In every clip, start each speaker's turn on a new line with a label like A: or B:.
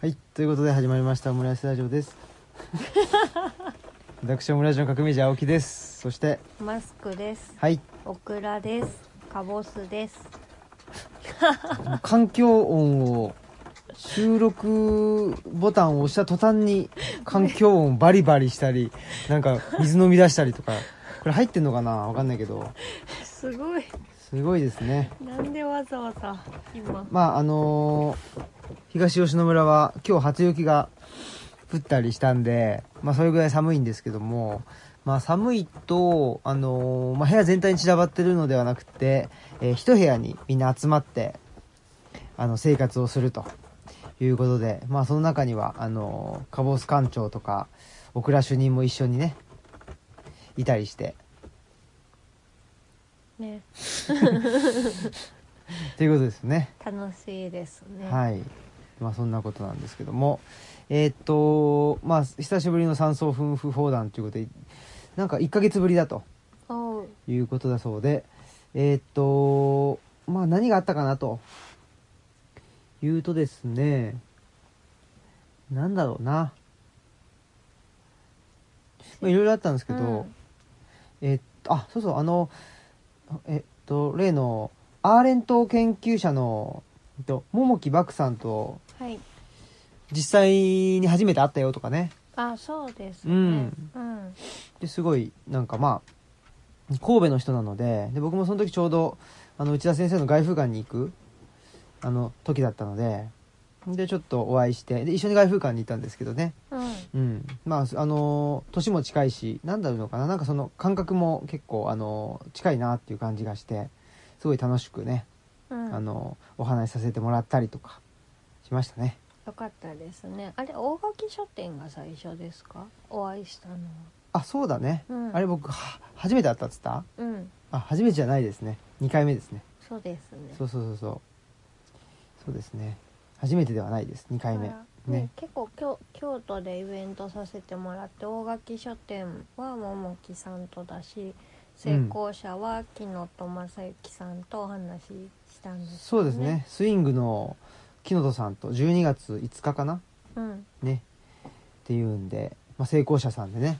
A: はい、ということで始まりましたオムライスラジオです。私オムライスの革命児青木です。そして、
B: マスクです。
A: はい、
B: オクラです。カボスです。
A: 環境音を収録ボタンを押した途端に環境音バリバリしたり、なんか水飲み出したりとか、これ入ってんのかなわかんないけど、
B: すごい。
A: すごいですね。
B: なんでわざわざ今。
A: まああのー東吉野村は今日初雪が降ったりしたんで、まあ、それぐらい寒いんですけども、まあ、寒いと、あのーまあ、部屋全体に散らばってるのではなくて、えー一部屋にみんな集まってあの生活をするということで、まあ、その中にはあのーカボス館長とかオクラ主任も一緒にねいたりして
B: ね。
A: ということですね。
B: 楽しいですね。
A: はい。まあそんなことなんですけども。えーっと、まあ久しぶりの山荘夫婦砲弾ということで、なんか1ヶ月ぶりだと
B: おう。
A: いうことだそうで、えーっと、まあ何があったかなというとですね、なんだろうな。まあいろいろあったんですけど、
B: うん
A: えっと、あ、そうそう、あの、えっと、例の、アーレント研究者の、えっと、桃木漠さんと、
B: はい。
A: 実際に初めて会ったよとかね。
B: あ、そうです
A: う
B: ね
A: ん。
B: うん。
A: で、すごい、なんかまあ、神戸の人なので、で、僕もその時ちょうど、あの、内田先生の外風館に行く、あの、時だったので、で、ちょっとお会いして、で、一緒に外風館に行ったんですけどね。
B: うん。
A: うん、まああの年も近いし何だろうのかななんかその感覚も結構あの近いなっていう感じがしてすごい楽しくね、
B: うん。
A: あのお話しさせてもらったりとかしましたね
B: よかったですね。あれ、大垣書店が最初ですかお会いしたのは。
A: あそうだね、
B: うん
A: あれ僕は初めて会ったっつった
B: うん。
A: あ初めてじゃないですね2回目ですね
B: そうですね。
A: そうそうそうそうそうですね初めてではないです2回目
B: だからね
A: ね
B: 結構京京都でイベントさせてもらって大垣書店は桃木さんとだし成功者は木野と正幸さんとお話ししたんです、
A: そうですね。スイングの木野戸さんと12月5日かな
B: うん
A: ねっていうんで、まあ、成功者さんでね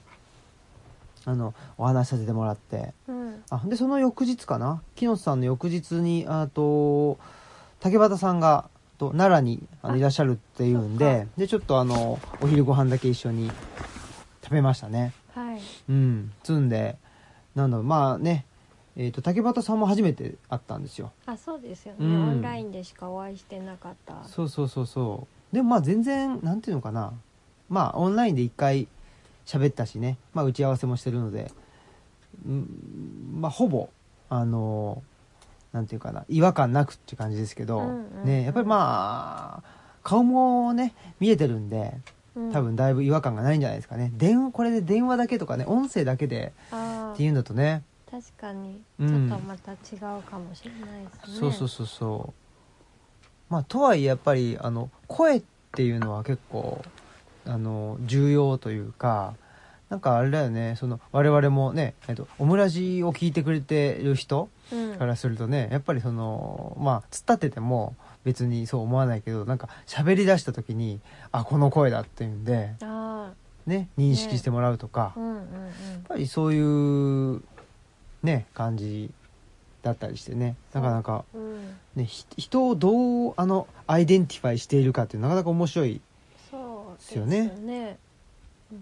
A: あのお話しさせてもらって
B: うん
A: あでその翌日かな木野さんの翌日にあと竹端さんがと奈良にあの
B: あ
A: いらっしゃるっていうん
B: そっ
A: ででちょっとあのお昼ご飯だけ一緒に食べましたね
B: はい
A: うん積んでなんだろうまあねえー、と竹端さんも初めて会ったんですよ
B: あそうですよね、
A: うん
B: オンラインでしかお会いしてなかった
A: そうそうそうそうでもまあ全然なんていうのかなまあオンラインで一回喋ったしね、まあ、打ち合わせもしてるので、うんまあ、ほぼあのなんていうかな違和感なくって感じですけど、
B: うんうんうん
A: ね、やっぱりまあ顔もね見えてるんで
B: うん
A: 多分だいぶ違和感がないんじゃないですかね電話これで電話だけとかね音声だけで
B: あ
A: ってい
B: ー
A: うんだとね
B: 確かにち
A: う
B: ょっ
A: ん
B: とまた違うかもしれないですね、
A: そうそうそうそうまあとはいえやっぱりあの声っていうのは結構あの重要というかなんかあれだよねその我々もね、えっと、オムラジを聞いてくれてる人
B: うん
A: からするとねやっぱりそのまあ突っ立ってても別にそう思わないけどなんか喋り出した時にあこの声だっていうんで、
B: あ
A: ね、認識してもらうとか、
B: ーう
A: やっ
B: んうんうん
A: ぱりそういうね感じだったりしてねなかなか
B: うん
A: ね、ひ人をどうあのアイデンティファイしているかっていうなかなか面白い
B: そう
A: ですよね
B: ですね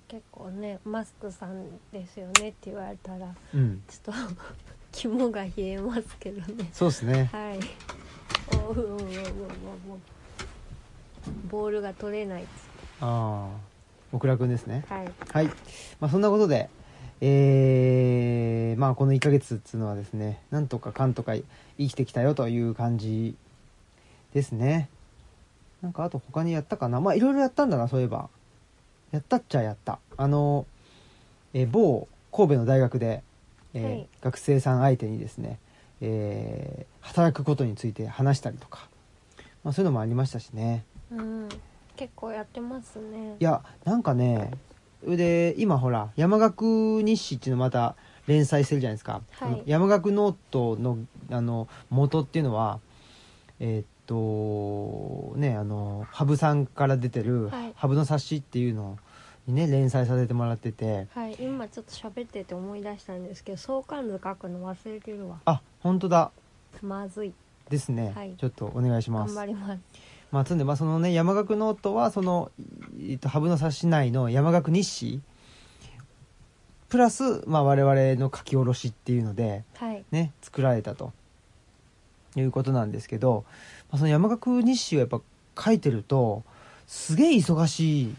B: 結構ねマスクさんですよねって言われたら
A: うん
B: ちょっと肝が冷えますけどね
A: そうですね
B: はいおうおうおうおうおうおうボールが取れないっつ
A: ああ小倉君ですね
B: はい
A: はい、まあ、そんなことでえー、まあこの1ヶ月っつうのはですねなんとかかんとか生きてきたよという感じですねなんかあと他にやったかなまあいろいろやったんだなそういえばやったっちゃやったあの、えー某神戸の大学で、えー
B: はい
A: 学生さん相手にですね、えー働くことについて話したりとか、まあ、そういうのもありましたしね
B: うん結構やってますね
A: いやなんかねそれで今ほら山岳日誌っていうのまた連載してるじゃないですか、
B: は
A: あ
B: い
A: の山岳ノートのあの元っていうのはえーっとねあの羽生さんから出てる
B: はい
A: 「羽生の冊子」っていうのにね連載させてもらってて
B: はい今ちょっと喋ってて思い出したんですけど相関図書くの忘れてるわ
A: あ本当だ
B: まずい
A: ですね、
B: はい
A: ちょっとお願いしま
B: 頑
A: す
B: 張ります
A: まあ、つんで、まあ、そのね、山岳ノートは、その、いえっと、羽生の冊子内の山岳日誌、プラス、まあ、我々の書き下ろしっていうので、
B: はい
A: ね、作られたと、いうことなんですけど、まあ、その山岳日誌をやっぱ書いてると、すげえ忙し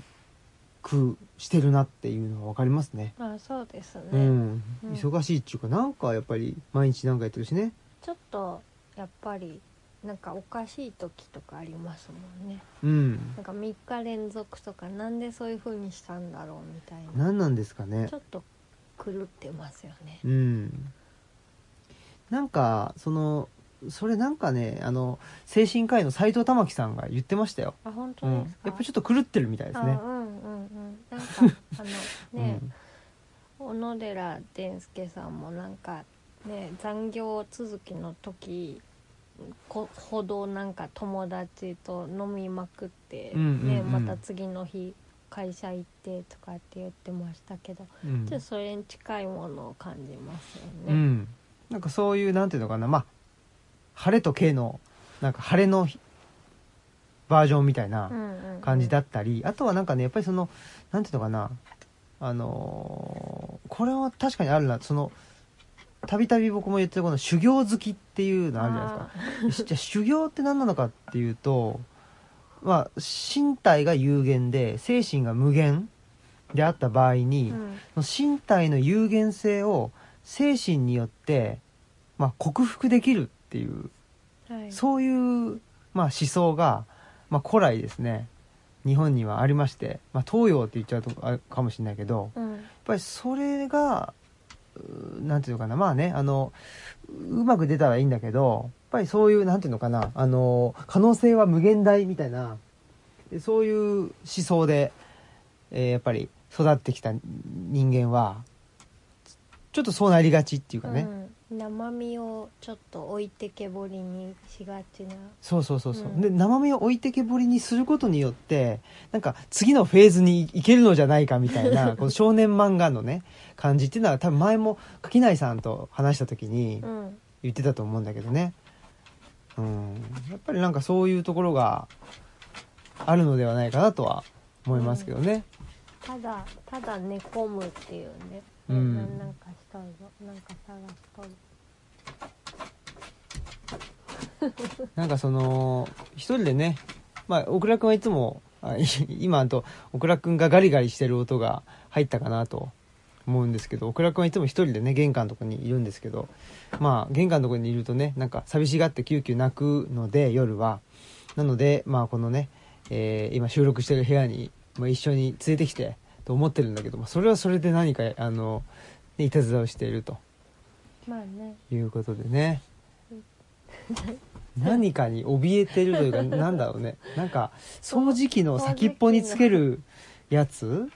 A: くしてるなっていうのがわかりますね。
B: まあそうですね、
A: うん。
B: うん
A: 忙しいっていうか、なんかやっぱり、毎日なんかやってるしね。
B: ちょっとやっぱりなんかおかしい時とかありますもんね
A: うん。
B: なんか3日連続とかなんでそういう風にしたんだろうみたいな
A: 何なんですかね
B: ち。ょっと狂ってますよね
A: うん、なんかそのそれなんかねあの精神科医の斎藤玉樹さんが言ってましたよ、
B: あ本
A: う
B: 当
A: ん
B: ですか、、
A: やっぱちょっと狂ってるみたいですね
B: あうんうんうんなんかあのね、
A: うん
B: 小野寺伝助さんもなんかね残業続きの時こほどなんか友達と飲みまくって、
A: うんうん
B: ね
A: うん
B: また次の日会社行ってとかって言ってましたけど、
A: うん
B: ちょっとそれに近いものを感じますよ
A: う
B: ね。
A: ん、なんかそういうなんていうのかなまあ晴れと軽のなんか晴れのバージョンみたいな
B: うんうん
A: 感じだ
B: っ
A: ったり、あとはなんかねやっぱりそのなんていうのかなあのーこれは確かにあるなそのたびたび僕も言ってるこの修行好きっていうのあるじゃないですかし じゃあ修行って何なのかっていうと、まあ、身体が有限で精神が無限であった場合に、その身体の有限性を精神によって、まあ、克服できるっていう、
B: はい、
A: そういう、まあ、思想が、まあ、古来ですね日本にはありまして、まあ、東洋って言っちゃうとあれかもしれないけど、
B: うん
A: やっぱりそれがうーなんていうのかなまあねあのううまく出たらいいんだけどやっぱりそういうなんていうのかなあの可能性は無限大みたいなでそういう思想で、えーやっぱり育ってきた人間はちょっとそうなりがちっていうかね、
B: うん、生身をちょっと置いてけぼりにしがちな
A: そうそうそうそう、
B: うん
A: で生身を置いてけぼりにすることによってなんか次のフェーズに行けるのじゃないかみたいな この少年漫画のね感じっていうのは多分前も垣内さんと話した時に
B: うん
A: 言ってたと思うんだけどね、うん、やっぱりなんかそういうところがあるのではないかなとは思いますけどね、
B: ただただ寝込むっていうね、
A: うん
B: ななんかしとるぞなんか探しとる
A: なんかその一人でねまあ小倉くんはいつもあい 今あと小倉くんがガリガリしてる音が入ったかなと思うんですけど小倉くんはいつも一人でね玄関のとこにいるんですけどまあ玄関のとこにいるとねなんか寂しがってキューキュー泣くので夜はなのでまあこのね、えー今収録してる部屋に、まあ、一緒に連れてきてと思ってるんだけど、まあ、それはそれで何かあの、ね、いたずらをしていると
B: まあね
A: いうことで ね何かに怯えてると いうかなんだろうねなんか掃除機の先っぽにつけるやつ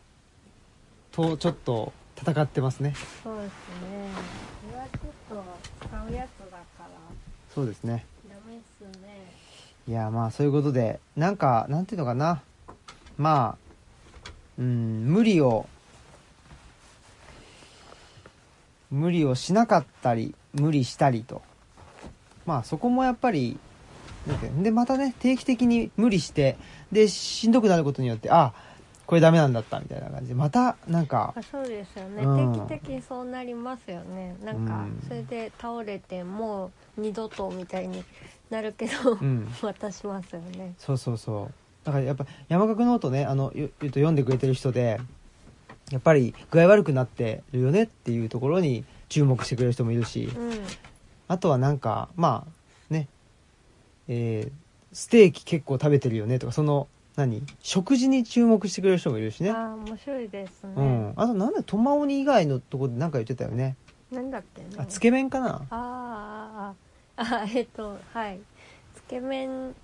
A: とちょっと戦ってますね
B: そうですねこれはちょっと使うやつだから
A: そうですね
B: ダメっすね
A: いやまあそういうことでなんかなんていうのかなまあうん無理を無理をしなかったり無理したりとまあそこもやっぱりなんていうのでまたね定期的に無理してでしんどくなることによってあこれダメなんだったみたいな感じでまたなんか
B: あそうですよね、
A: うん
B: 定期的にそうなりますよねなんか、
A: うん
B: それで倒れてもう二度とみたいになるけど、
A: うん
B: またしますよね
A: そうそうそうだからやっぱ山岳ノートねあのよよと読んでくれてる人でやっぱり具合悪くなってるよねっていうところに注目してくれる人もいるし
B: うん
A: あとはなんかまあねえーステーキ結構食べてるよねとかその何食事に注目してくれる人もいるしね
B: ああ面白いですね、
A: うん、あとなんだトマオニ以外のとこで何か言ってたよね
B: なんだっけね
A: あつけ麺かな
B: あーあーあーあーえっとはいつけ麺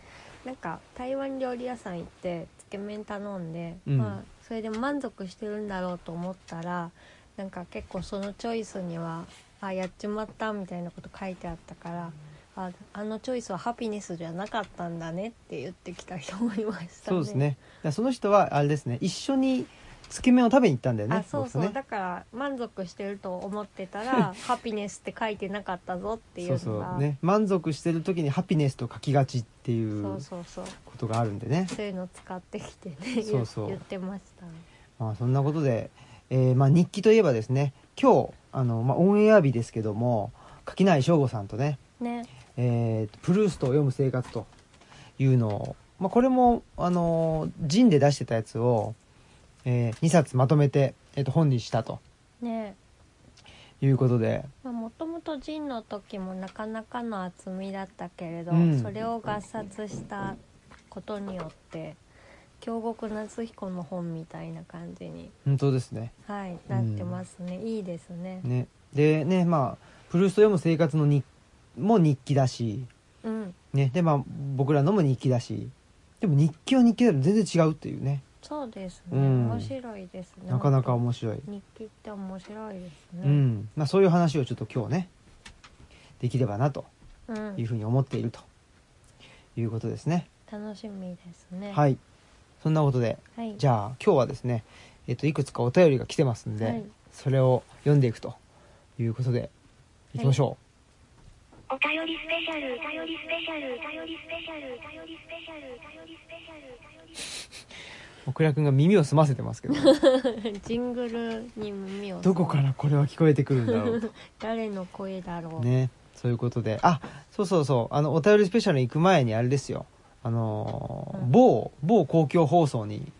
B: なんか台湾料理屋さん行ってつけ麺頼んで、
A: うん
B: まあ、それで満足してるんだろうと思ったらなんか結構そのチョイスにはあやっちまったみたいなこと書いてあったからああのチョイスはハピネスじゃなかったんだねって言ってきた人もいました
A: そうですね。だからその人はあれですね。一緒につけ麺を食べに行ったんだよね。
B: あそうそう、
A: 僕と
B: だから満足してると思って たら「ハピネス」って書いてなかったぞってい
A: そう
B: う
A: そ
B: のが
A: うね。満足してる時にハピネスと書きがちっていう
B: そうそうそう
A: ことがあるんでね。
B: そういうの使ってきてね
A: そうそう
B: 言ってましたね
A: まあそんなことで、えーまあ日記といえばですね。今日あのまあオンエア日ですけども、垣内翔吾さんとね、
B: ね
A: えープルーストを読む生活というのを、まあ、これも、あのージンで出してたやつを、え2冊まとめて、えーと本にしたと
B: ね
A: いうことで、
B: まあもともとジンの時もなかなかの厚みだったけれど、
A: うん
B: それを合冊したことによって京極夏彦の本みたいな感じに、
A: 本当ですね。
B: はい、なってますね、いいですね
A: ねでね、まあ、プルーストを読む生活の日も日記だし、
B: うん
A: ね、で、まあ、僕らのも日記だし、でも日記は日記だと全然違うっていうね、
B: そうですね、
A: うん
B: 面白いですね
A: なかなか面白い。
B: 日記って面白いです
A: う
B: ね
A: ん。まあ、そういう話をちょっと今日ね、できればなと
B: うん、
A: いうふうに思っているということですね。
B: 楽しみですね、
A: はいい。そんなことで、
B: はい、
A: じゃあ今日はですね、えっと、いくつかお便りが来てますんで、
B: はい
A: それを読んでいくということで、いきましょ
C: お便りスペシャル、お便りスペシャル、お便りスペシャル、お便りスペシャル、お便りスペシャル、お便りスペシャル。
A: う。もうくらくんが耳を澄ませてます けど、
B: ジングルに耳を
A: どこからこれは聞こえてくるんだろう
B: 誰の声だろ
A: と。
B: う、
A: ね。そういうことで、あ、そうそうそう、あの、お便りスペシャルに行く前にあれですよ。あのー
B: うん
A: 某、某公共放送に、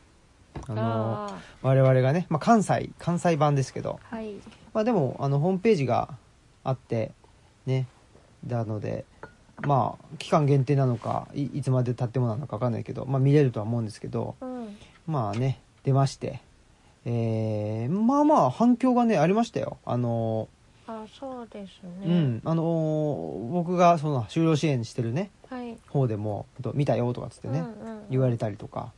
A: あのー
B: あ
A: 我々がね、まあ、関西、関西版ですけど、
B: あはい
A: まあでもあのホームページがあってねなのでまあ期間限定なのかいいつまで経ってもなのかわかんないけど、まあ、見れるとは思うんですけど
B: うん
A: まあね出ましてえー、まあまあ反響がねありましたよあの
B: あそうです
A: ー、
B: ね、
A: うんあのー僕がその就労支援してるね
B: はい、
A: 方でも「あと見たよ」とかっつってね、
B: うんうん、
A: 言われたりとか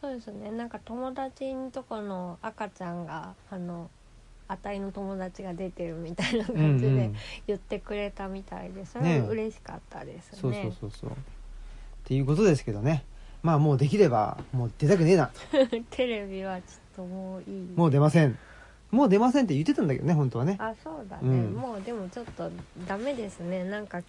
B: そうですねなんか友達んとこの赤ちゃんがあのあたいの友達が出てるみたいな感じ
A: うんう
B: で
A: ん
B: 言ってくれたみたいで、そ
A: ね
B: れは嬉しかったですね
A: そうそうそうそうっていうことですけどねまあもうできればもう出たくねえな
B: テレビはちょっともういい
A: もう出ません。もう出ませんって言ってたんだけどね、本当はね。
B: あそうだね、
A: うん
B: もうでもちょっとダメですねなんか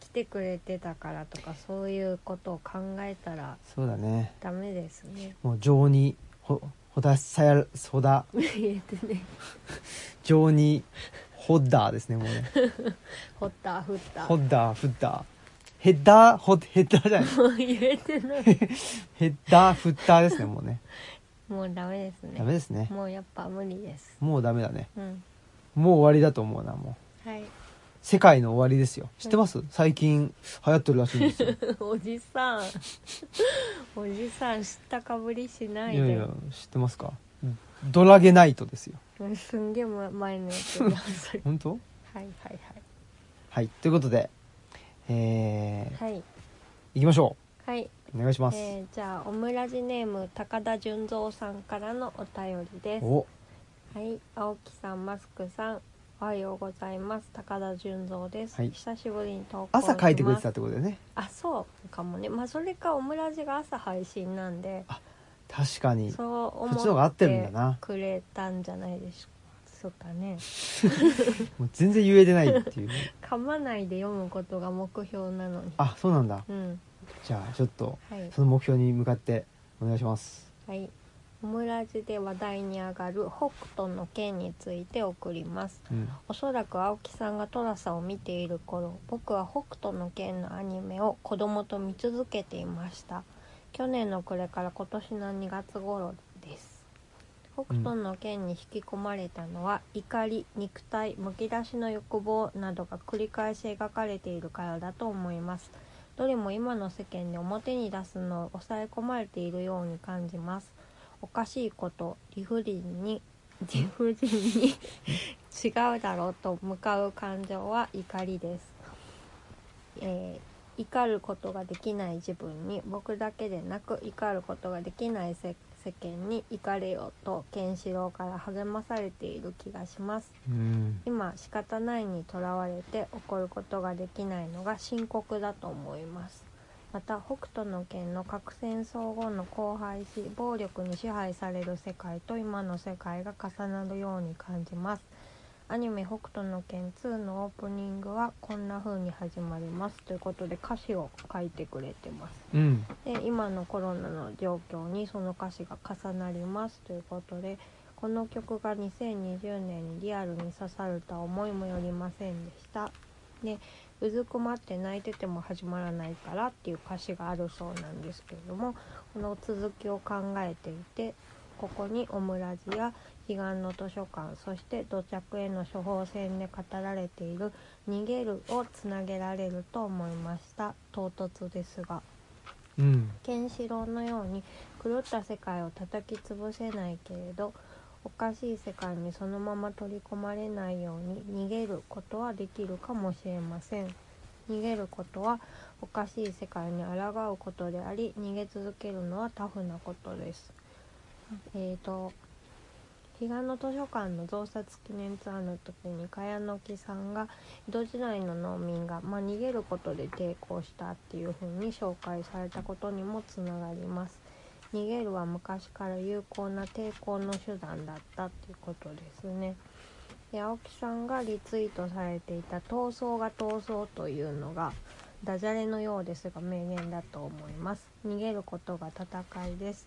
B: 来てくれてたからとかそういうことを考えたら
A: そうだね。
B: ダメですね
A: もう情に、ほ、ほださや、そだ、
B: 言えてね
A: 情に、ホッダーですね、もう ね。
B: ほったふった
A: ホッダー、フッダー。ヘッダー、ホッ、ヘッダーじゃ ない。
B: もう言えてない
A: ヘッダー、フッダーですね、もうね。
B: もうダメですね
A: ダメですね。
B: もうやっぱ無理です
A: もうダメだね。
B: うん
A: もう終わりだと思うな、もう。
B: はい
A: 世界の終わりですよ。知ってます最近流行ってるらしいんですよ。
B: おじさん おじさん知ったかぶりし ない
A: い
B: で
A: やいや、知ってますかドラゲナイトですよ。
B: うんすんげえ前のやつだそれ
A: 本当
B: はいはい
A: はい。ということで、えー、
B: はいはい
A: 行きましょう。
B: はい
A: お願いします。
B: えーじゃあオムラジネーム高田純三さんからのお便りです
A: お、
B: はい青木さんマスクさんおはようございます高田純三です、
A: はい
B: 久しぶりに投稿
A: 朝書いてくれてた
B: しま
A: っ
B: す
A: てことだよね。
B: あそうかもねまあそれかオムラジが朝配信なんで
A: 確かに。
B: そう
A: そっちの方が合
B: 思
A: っ
B: ってて
A: るんだな
B: くれたんじゃないでしょうかね
A: もう全然言えてないっていうね。
B: 噛まないで読むことが目標なのに
A: あ、そうなんだ。
B: うん
A: じゃあ、ちょっと、
B: はい
A: その目標に向かってお願いします。
B: はい。オムラジで話題に上がる北斗の件について送ります。
A: うん。
B: おそらく青木さんがトラさを見ている頃、僕は北斗の件のアニメを子供と見続けていました。去年の暮れから今年の2月頃です。北斗の件に引き込まれたのは、怒り、肉体、むき出しの欲望などが繰り返し描かれているからだと思います。どれも今の世間で表に出すのを抑え込まれているように感じます。おかしいこと、理不尽に、理不尽に違うだろうと向かう感情は怒りです。えー怒ることができない自分に僕だけでなく怒ることができない世世間に行かれよとケンシロウから励まされている気がします
A: うん
B: 今仕方ないにとらわれて怒ることができないのが深刻だと思いますまた北斗の拳の核戦争後の荒廃し暴力に支配される世界と今の世界が重なるように感じますアニメ「北斗の拳2」のオープニングはこんな風に始まりますということで歌詞を書いてくれてます
A: うん
B: で今のコロナの状況にその歌詞が重なりますということでこの曲が2020年にリアルに刺さるとは思いもよりませんでしたで「うずくまって泣いてても始まらないから」っていう歌詞があるそうなんですけれどもこの続きを考えていてここにオムラジや彼岸の図書館そして土着への処方箋で語られている「逃げる」をつなげられると思いました唐突ですが。
A: うん
B: ケンシロウのように狂った世界を叩き潰せないけれどおかしい世界にそのまま取り込まれないように逃げることはできるかもしれません逃げることはおかしい世界に抗うことであり逃げ続けるのはタフなことですえーと彼岸の図書館の増刷記念ツアーの時に茅野木さんが江戸時代の農民が、まあ、逃げることで抵抗したっていうふうに紹介されたことにもつながります逃げるは昔から有効な抵抗の手段だったっていうことですねで青木さんがリツイートされていた「闘争が闘争」というのがダジャレのようですが名言だと思います逃げることが戦いです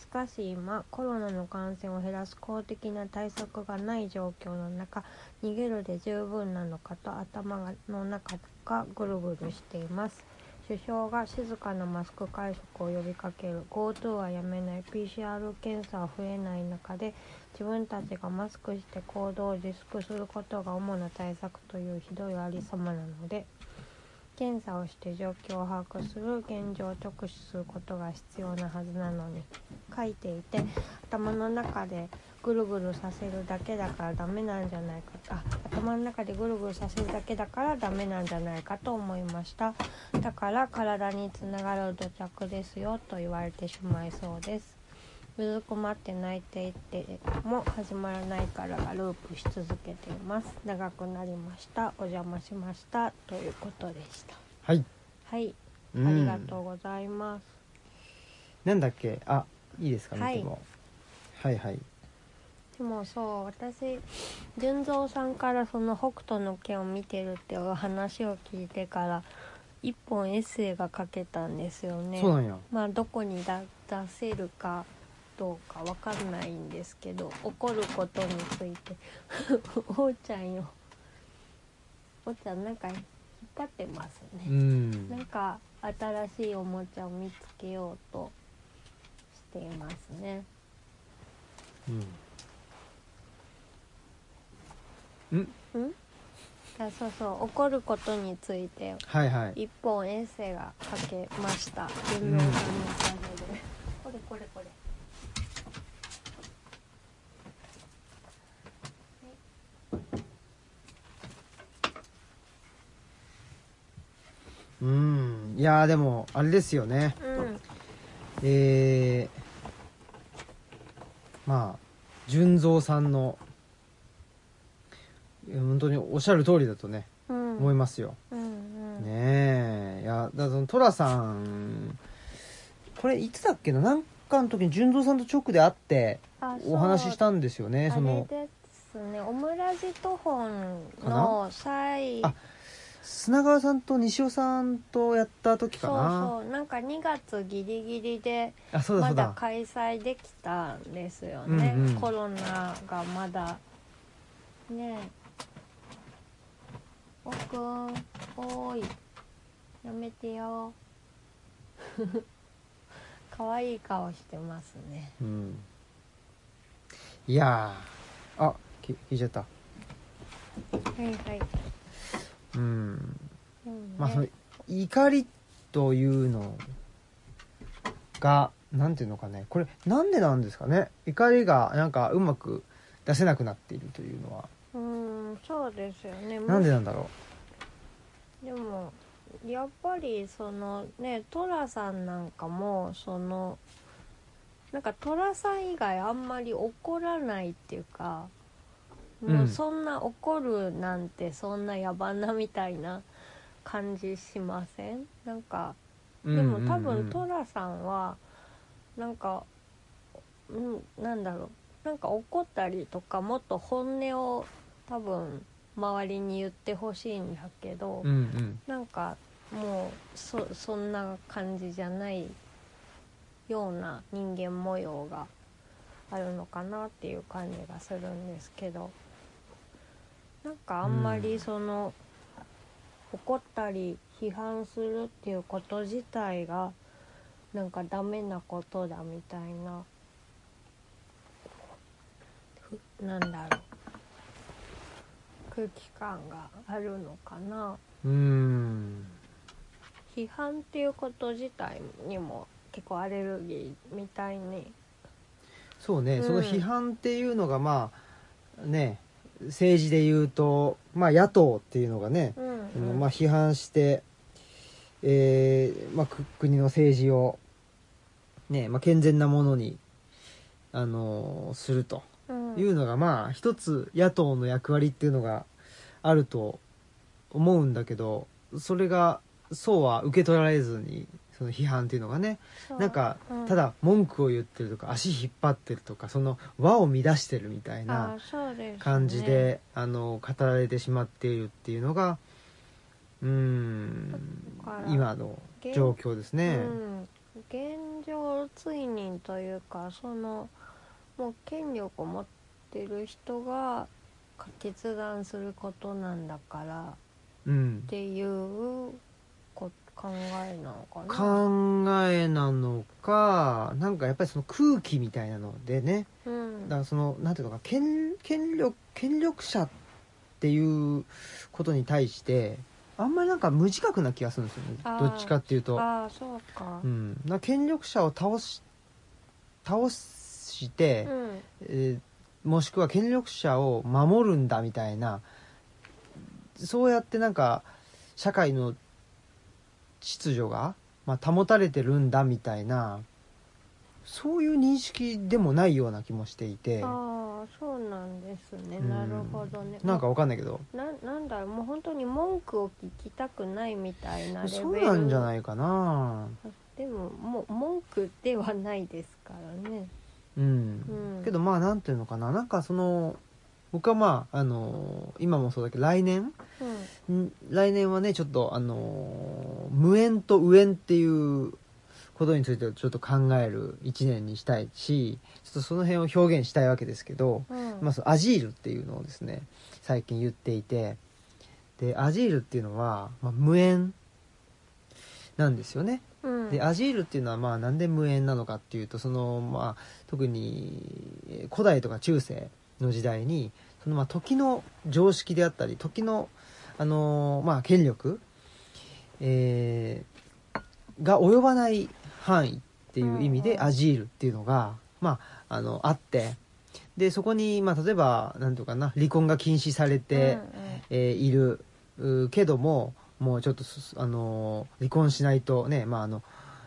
B: しかし今コロナの感染を減らす公的な対策がない状況の中逃げるで十分なのかと頭の中がぐるぐるしています首相が静かなマスク会食を呼びかける GoTo はやめない PCR 検査は増えない中で自分たちがマスクして行動を自粛することが主な対策というひどいありさまなので検査をして状況を把握する現状を直視することが必要なはずなのに書いていて頭の中でぐるぐるさせるだけだからダメなんじゃないかあ頭の中でぐるぐるさせるだけだからダメなんじゃないかと思いましただから体につながる土着ですよと言われてしまいそうですうずくまって泣いていても始まらないからがループし続けています長くなりましたお邪魔しましたということでした
A: はい
B: はいあ
A: うん
B: りがとうございます、
A: なんだっけあいいですか見
B: はい
A: ても、はい、はい
B: でもそう私純三さんからその北斗の拳を見てるっていう話を聞いてから一本エッセイが書けたんですよね
A: そうなんや
B: まあどこにだ出せるかどうかわかんないんですけど怒ることについて おうちゃんよおうちゃんなんか引っ張ってます
A: う
B: ね、
A: ん
B: なんか新しいおもちゃを見つけようとしていますね
A: うんん
B: うんあそうそう怒ることについて
A: はいはい
B: 一本エッセイが書けました
A: ん
B: 順応さんのおかげでこれこれこれ
A: うんいやーでもあれですよね
B: うん
A: えー、まあ純三さんのいや本当におっしゃる通りだとね、
B: うん
A: 思いますよ
B: うんうん
A: ねえいやだからその寅さんこれいつだっけななんかの時に純三さんと直で会って
B: あそう
A: お話ししたんですよねその
B: あれですねオムラジと本
A: か
B: の
A: な
B: 最
A: あ砂川さんと西尾さんとやった時か
B: そう
A: な
B: そうなんか2月ギリギリで
A: あそうだ
B: ま
A: そう
B: だ
A: だ
B: 開催できたんですよね、
A: うんうん
B: コロナがまだねえおくんおーいやめて よ可愛い顔してますね
A: うんいやーあき聞いちゃった
B: はいはい、
A: うん
B: うんね
A: まあその怒りというのがなんていうのかねこれなんでなんですかね怒りがなんかうまく出せなくなっているというのは
B: うんそうですよね
A: なんでなんだろ
B: でもやっぱりそのね寅さんなんかもそのなんか寅さん以外あんまり怒らないっていうか、
A: うん
B: もうそんな怒るなんてそんな野蛮なみたいな感じしませんなんか
A: うん
B: で
A: う
B: も
A: んうん
B: 多分寅さんはなんか、うん、なんだろうなんか怒ったりとかもっと本音を多分周りに言ってほしいんだけ
A: う
B: ど、
A: んうん
B: なんかもうそそんな感じじゃないような人間模様があるのかなっていう感じがするんですけどなんかあんま
A: う
B: り
A: ん
B: その、怒ったり批判するっていうこと自体がなんかダメなことだみたいなふなんだろう空気感があるのかな
A: うーん
B: 批判っていうこと自体にも結構アレルギーみたいに
A: そうね、
B: うん
A: その批判っていうのがまあね政治で言うと、まあ、野党っていうのがね、
B: うん
A: あのまあ、批判して、えーまあ、く国の政治を、ねまあ、健全なものに、あのーすると
B: うん
A: いうのが、まあ一つ野党の役割っていうのがあると思うんだけどそれがそうは受け取られずにその批判っていうのがね
B: そう
A: なんか
B: うん
A: ただ文句を言ってるとか足引っ張ってるとかその輪を乱してるみたいな
B: あそうですね
A: 感じであの語られてしまっているっていうのがうーん
B: だから
A: 今の状況ですね。
B: うん、現状ついにというかそのもう権力を持ってる人が決断することなんだから
A: うん
B: っ、ていうこ考えなのかな。
A: 考えなのかなんかやっぱりその空気みたいなのでね
B: うん
A: だからそのなんていうのか権権力権力者っていうことに対してあんまりなんか無自覚な気がするんですよね
B: あー
A: どっちかっていうと。
B: ああそうか
A: う。ん、な権力者を倒し倒して、
B: うん
A: えーもしくは権力者を守るんだみたいなそうやってなんか社会の秩序が、まあ、保たれてるんだみたいなそういう認識でもないような気もしていて
B: ああそうなんですね、
A: うん
B: なるほどね
A: なんかわかんないけど
B: ななんだろうもう本当に文句を聞きたくないみたいなレベル
A: そうなんじゃないいかな。
B: でももう文句ではないですからね
A: うん
B: うん
A: けどまあなんていうのかななんかその僕はまああの今もそうだけど来年
B: うん
A: 来年はねちょっとあの無縁と無縁っていうことについてちょっと考える一年にしたいしちょっとその辺を表現したいわけですけど、
B: んうん
A: まあ、そのアジールっていうのをですね最近言っていてでアジールっていうのは、まあ、無縁なんですよね。
B: うん
A: でアジールっていうのはまあなんで無縁なのかっていうとそのまあ特にえー古代とか中世の時代にそのまあ時の常識であったり時のあのーまあ権力、えーが及ばない範囲っていう意味
B: うん
A: で
B: うん
A: アジールっていうのがまああのあってでそこにまあ例えばなんていうかな離婚が禁止されて、えーいるうーけどももうちょっとす、あのー離婚しないとね、まああの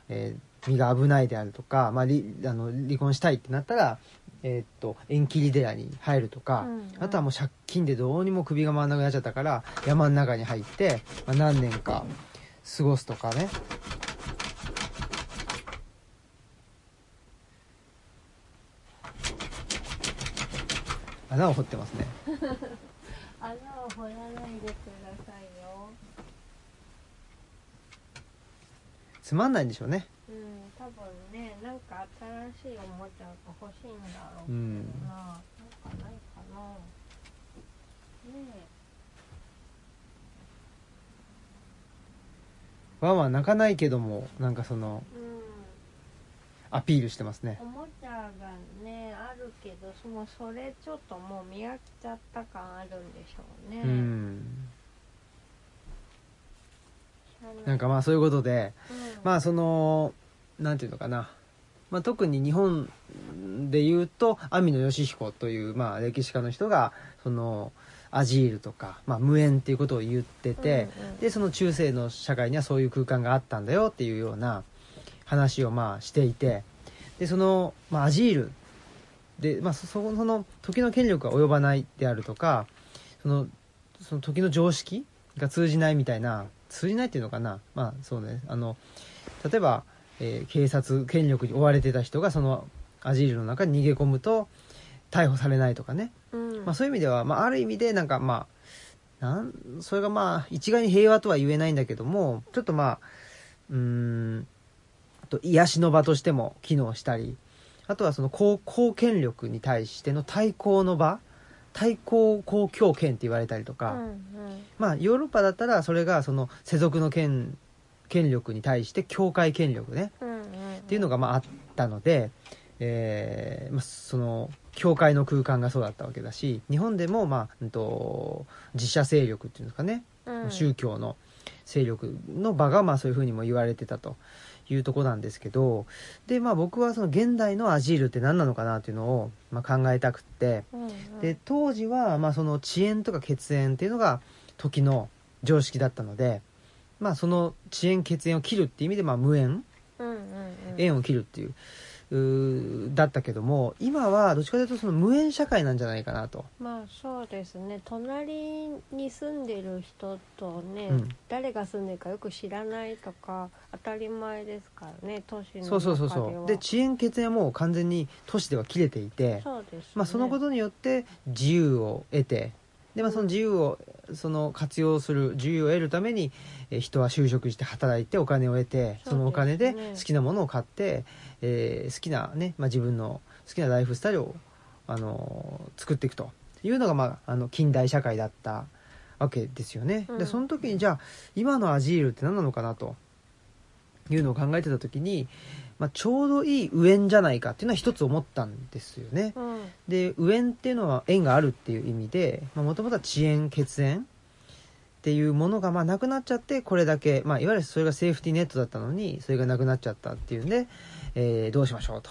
A: えー身が危ないであるとか、まあ、りあの離婚したいってなったら、えーっと縁切り寺に入るとか、
B: うん
A: あとはもう借金でどうにも首が回らなくなっちゃったから山の中に入って、まあ、何年か過ごすとかね。穴を掘ってますね。
B: 穴を掘らないでくださいよ
A: つまんないんでしょうね。
B: うん多分ねなんか新しいおもちゃが欲しいんだろうけどな、
A: う
B: なん
A: ん
B: かないかなねえ
A: ワンワン泣かないけどもなんかその
B: うん
A: アピールしてますね
B: おもちゃがねあるけどそのそれちょっともう見飽きちゃった感あるんでしょうね、
A: うん
B: 知らい
A: なんか、まあそういうことで
B: うん
A: まあそのなんていうのかな、まあ、特に日本で言うと網野義彦という、まあ、歴史家の人がそのアジールとか、まあ、無縁っていうことを言ってて、
B: うんうん
A: でその中世の社会にはそういう空間があったんだよっていうような話をまあしていてでその、まあ、アジールで、まあ、そそその時の権力が及ばないであるとかそのその時の常識が通じないみたいな通じないっていうのかなまあそうねあの例えば、えー警察権力に追われてた人がそのアジールの中に逃げ込むと逮捕されないとかね
B: うん
A: まあ、そういう意味では、まあ、ある意味でなんかまあなんそれがまあ一概に平和とは言えないんだけどもちょっとまあうーんあと癒しの場としても機能したりあとはその公公権力に対しての対抗の場対抗公共権って言われたりとか、
B: うん
A: まあヨーロッパだったらそれがその世俗の権権力に対して教会権力ね
B: うんうんうん、っ
A: っていうのがまああったので、えーまあ、その教会の空間がそうだったわけだし日本でも、まあうんと、自社勢力っていうんですかね、
B: うん、
A: 宗教の勢力の場がまあそういうふうにも言われてたというとこなんですけどで、まあ、僕はその現代のアジールって何なのかなっていうのを、まあ、考えたくって
B: うんうん、
A: で当時はまあその遅延とか血縁っていうのが時の常識だったので、まあ、その遅延血縁を切るっていう意味で、まあ、無縁、
B: うんうんうん、
A: 縁を切るっていううーだったけども今はどっちかというとその無縁社会なんじゃないかなと、
B: まあそうですね隣に住んでる人とね、
A: うん
B: 誰が住んでるかよく知らないとか当たり前ですからね都市の中では
A: そうそうそうそうで遅延血縁はもう完全に都市では切れていて
B: そうです、ね、
A: まあ、そのことによって自由を得てで、まあ、その自由をその活用する自由を得るためにえー人は就職して働いてお金を得てそのお金で
B: そうですね
A: 好きなものを買って、えー好きな、ねまあ、自分の好きなライフスタイルを、あのー作っていくというのが、まあ、あの近代社会だったわけですよね。
B: うん
A: でその時にじゃあ今のアジールって何なのかなというのを考えてた時に、まあ、ちょうどいい上縁じゃないかっていうのは一つ思ったんですよね。
B: うん
A: で右縁っていうのは縁があるっていう意味でもともとは遅縁血縁っていうものがまあなくなっちゃってこれだけ、まあ、いわゆるそれがセーフティーネットだったのにそれがなくなっちゃったっていうんで、えーどうしましょうと。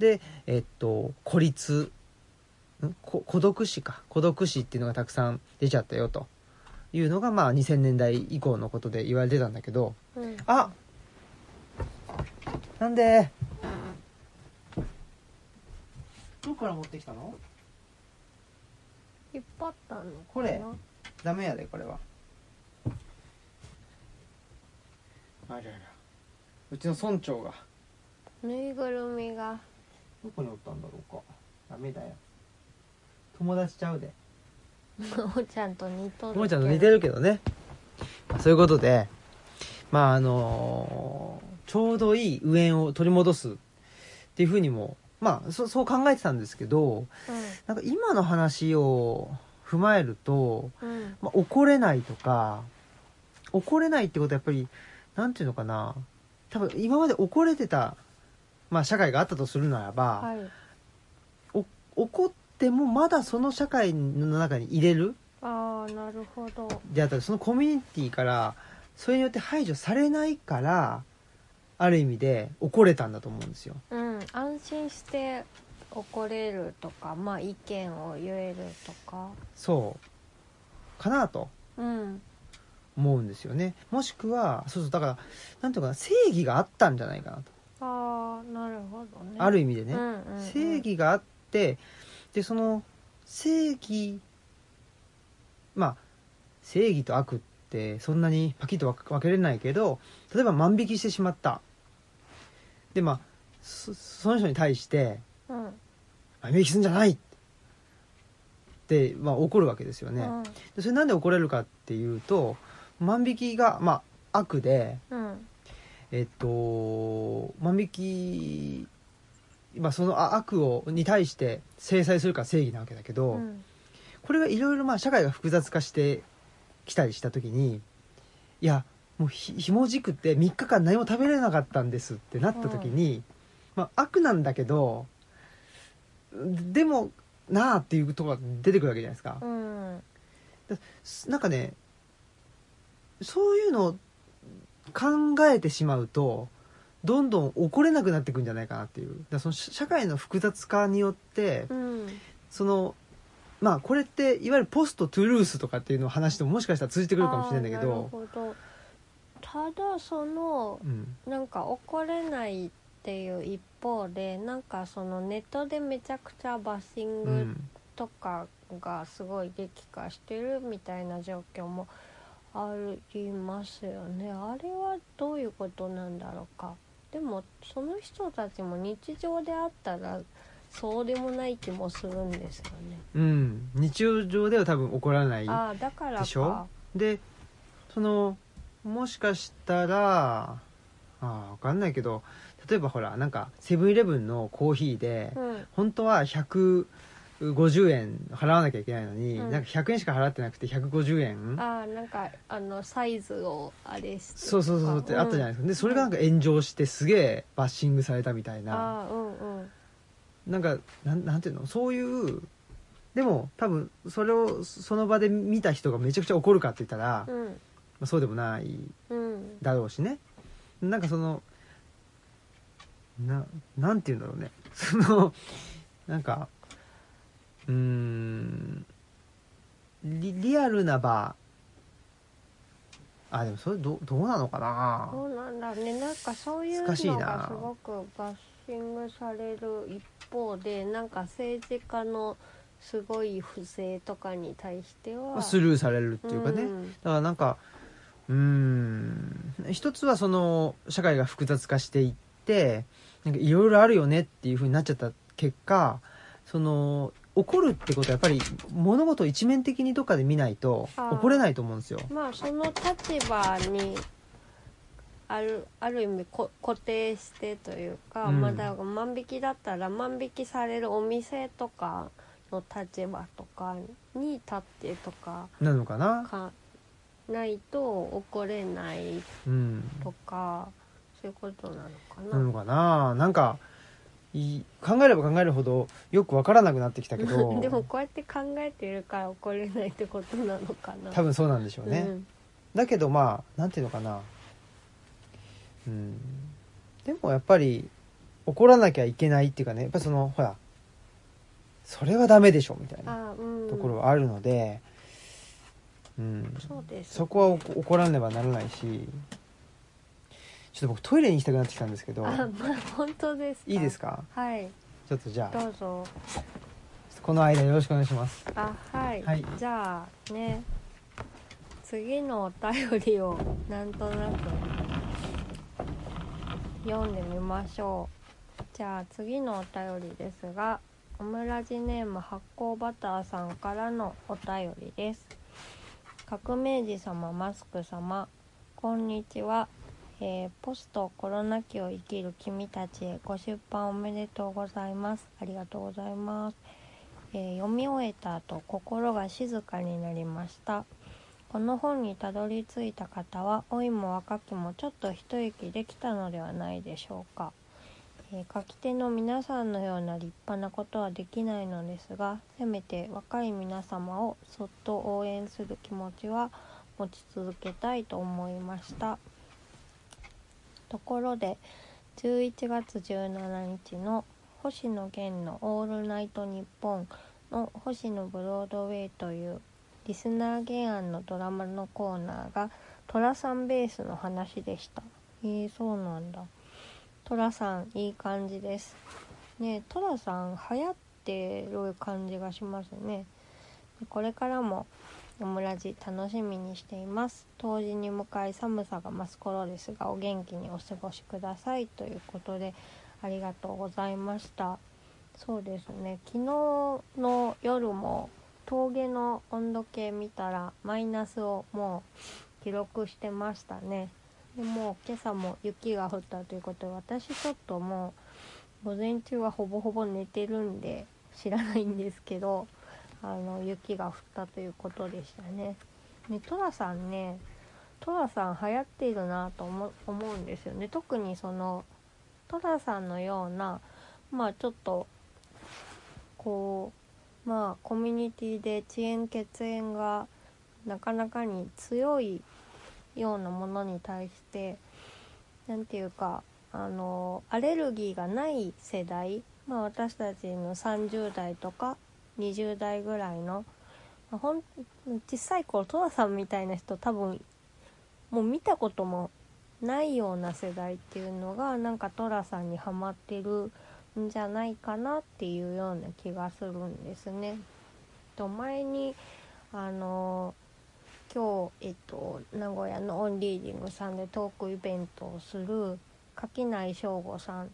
A: でえっと孤立んこ孤独死か孤独死っていうのがたくさん出ちゃったよというのがまあ2000年代以降のことで言われてたんだけど
B: うん
A: あなんでどこから持ってきたの
B: 引っ張ったのかな
A: これダメやでこれはあららうちの村長が
B: ぬいぐるみが
A: どこにおったんだろうかダメだよ友達ちゃうで
B: もーちゃんと似とる
A: ももちゃんと似てるけどね、まあ、そういうことでまああのーちょうどいい右縁を取り戻すっていうふうにもまあそそう考えてたんですけどなんか今の話を踏まえると
B: うんうん
A: まあ、怒れないとか怒れないってことはやっぱりなんていうのかな多分今まで怒れてた、まあ、社会があったとするならば、
B: はい
A: お怒ってもまだその社会の中に入れる
B: ああなるほど
A: であったりそのコミュニティからそれによって排除されないからある意味で怒れたんだと思うんですよ。
B: うん安心して怒れるとかまあ意見を言えるとか
A: そうかなと
B: うん
A: 思うんですよね。もしくはそうそうだからなんていうのかな正義があったんじゃないかなと、
B: ああなるほどね
A: ある意味でね。
B: うんうんうん
A: 正義があってでその正義まあ正義と悪ってそんなにパキッと分か分けれないけど例えば万引きしてしまったでまあそその人に対して
B: うん
A: 「万引きすんじゃない!」って、まあ、怒るわけですよ
B: う
A: ね、
B: ん
A: でそれなんで怒れるかっていうと万引きが、まあ、悪で
B: うん
A: えっと、万引き、まあ、そのあ悪をに対して制裁するから正義なわけだけど、
B: うん
A: これがいろいろまあ社会が複雑化してきたりした時にいやもうひひもじくって3日間何も食べれなかったんですってなった時に、まあ、悪なんだけどでもなあっていうところが出てくるわけじゃないですか
B: う。ん
A: なんかねそういうのを考えてしまうとどんどん怒れなくなっていくんじゃないかなっていうだからその社社会の複雑化によって
B: うん
A: そのまあこれっていわゆるポストトゥルースとかっていうのを話してももしかしたら通じてくるかもしれないんだけ
B: あーなる
A: ど
B: ほどただその
A: うん
B: なんか怒れないっっていう一方でなんかそのネットでめちゃくちゃバッシン
A: う
B: グ
A: ん
B: とかがすごい激化してるみたいな状況もありますよねあれはどういうことなんだろうかでもその人たちも日常であったらそうでもない気もするんですよね
A: うん、日常上では多分起こらない
B: ああだから
A: でしょ
B: か
A: でそのもしかしたらあ分かんないけど例えばほらなんかセブンイレブンのコーヒーで、
B: うん
A: 本当は150円払わなきゃいけないのに、
B: うん
A: なんか100円しか払ってなくて150円
B: ああなんかあのサイズをあれして
A: そうそうそうってあったじゃない
B: い
A: ですか、でそれがなんか炎上してすげえバッシングされたみたいな、
B: ああうんうん
A: なんかなんなんていうのそういうでも多分それをその場で見た人がめちゃくちゃ怒るかって言ったら、
B: う
A: ま
B: ん
A: あ、そうでもない
B: うん
A: だろうしねなんかそのななんて言うんだろうね そのなんかうーんリリアルな場あでもそれどどうなのかな
B: そうなんだねなんかそういう
A: 難
B: のが
A: しい
B: す
A: な
B: ごくバッシングされる一方でなんか政治家のすごい不正とかに対しては
A: スルーされるっていうかね、だ
B: ん
A: からなんかうーん一つはその社会が複雑化していってなんかいろいろあるよねっていうふうになっちゃった結果その怒るってことはやっぱり物事を一面的にどっかで見ないと
B: あー
A: 怒れないと思うんですよ。
B: まあその立場にあるある意味こ固定してというか、
A: うん
B: まあだから万引きだったら万引きされるお店とかの立場とかに立ってとか
A: なのかな、
B: かないと怒れない
A: うん、
B: とかそういうことなのかな。
A: なのかななんかい考えれば考えるほどよくわからなくなってきたけど
B: でもこうやって考えてるから怒れないってことなのかな。
A: 多分そうなんでしょうね。
B: うん
A: だけどまあなんていうのかなうんでもやっぱり怒らなきゃいけないっていうかねやっぱそのほらそれはダメでしょみたいな
B: あうん、
A: ところはあるので、うん、
B: そうです
A: そこはお怒らねばならないしちょっと僕トイレに行きたくなってきたんですけど
B: あまあ本当ですか。
A: いいです。か
B: はい
A: ちょっとじゃあ
B: どうぞ。
A: この間よろしくお願いします
B: あはい、
A: はい
B: じゃあね次のお便りをなんとなく読んでみましょうじゃあ次のお便りですがオムラジネーム発酵バターさんからのお便りです革命児様マスク様こんにちは、えーポストコロナ期を生きる君たちへご出版おめでとうございますありがとうございますえー読み終えた後心が静かになりましたこの本にたどり着いた方は老いも若きもちょっと一息できたのではないでしょうか、えー書き手の皆さんのような立派なことはできないのですがせめて若い皆様をそっと応援する気持ちは持ち続けたいと思いましたところで11月17日の星野源の「オールナイトニッポン」の「星野ブロードウェイ」というリスナー原案のドラマのコーナーが寅さんベースの話でしたえー、そうなんだ寅さんいい感じですねえ寅さん流行ってる感じがしますねでこれからもオムラジ楽しみにしています冬至に向かい寒さが増す頃ですがお元気にお過ごしくださいということでありがとうございましたそうですね昨日の夜も峠の温度計見たらマイナスをもう記録してましたねでもう今朝も雪が降ったということで私ちょっともう午前中はほぼほぼ寝てるんで知らないんですけどあの雪が降ったということでしたねねトラさんねトラさん流行っているなと思思うんですよね特にそのトラさんのようなまあちょっとこうまあコミュニティで遅延血縁がなかなかに強いようなものに対して何て言うかあのアレルギーがない世代、まあ、私たちの30代とか20代ぐらいの、まあほん小さい頃戸田さんみたいな人多分もう見たこともないような世代っていうのがなんか寅さんにはまってるんじゃないかなっていうような気がするんですね。と前にあの今日、えっと、名古屋のオンリーディングさんでトークイベントをする垣内翔吾さん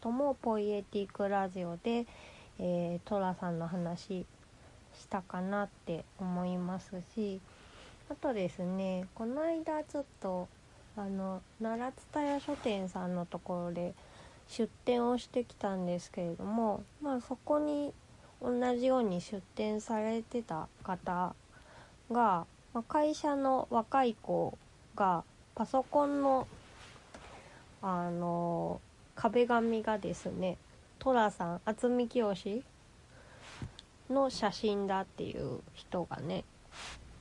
B: ともポイエティックラジオで、えー、トラさんの話したかなって思いますしあとですねこの間ちょっとあの奈良津田屋書店さんのところで出店をしてきたんですけれどもまあそこに同じように出店されてた方が、まあ、会社の若い子がパソコンのあの壁紙がですね寅さん渥美清の写真だっていう人がね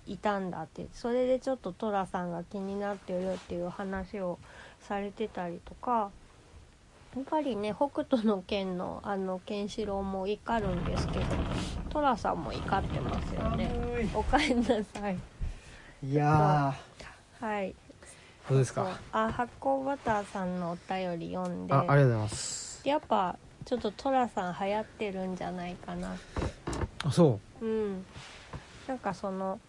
B: いたんだってそれでちょっと寅さんが気になってるよっていう話をされてたりとかやっぱりね北斗の拳のあのケンシロウも怒るんですけど寅さんも怒ってますよね
A: 寒い
B: おかえりなさい
A: いや
B: はい
A: ーどうです
B: そう
A: か
B: あ発酵バターさんのお便り読んで
A: あありがとうございます
B: やっぱちょっと寅さん流行ってるんじゃないかな
A: あそ
B: うんなんかその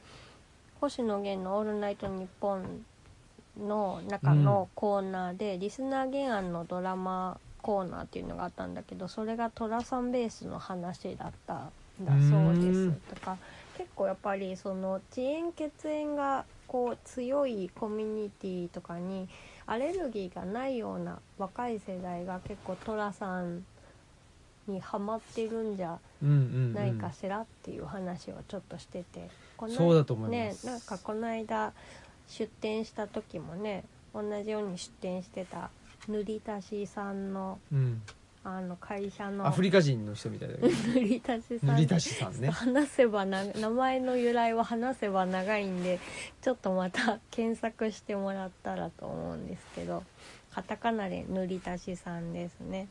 B: 星野源の「オールナイトニッポン」の中のコーナーで、リスナー原案のドラマコーナーっていうのがあったんだけどそれが寅さんベースの話だったんだそうで
A: う
B: す
A: ん
B: とか結構やっぱりその遅延血縁がこう強いコミュニティとかにアレルギーがないような若い世代が結構寅さんにハマってるんじゃ
A: ううんうん、うん、
B: ないかしらっていう話をちょっとしてて、こない
A: そうだと思います
B: ねなんかこの間出店した時もね同じように出店してた塗り足しさんの
A: うん
B: あの会社の
A: アフリカ人の人みたいだけど
B: 塗り足しさん
A: 塗り足しさんね
B: 話せばな名前の由来は話せば長いんでちょっとまた検索してもらったらと思うんです けどカタカナで塗り足しさんですね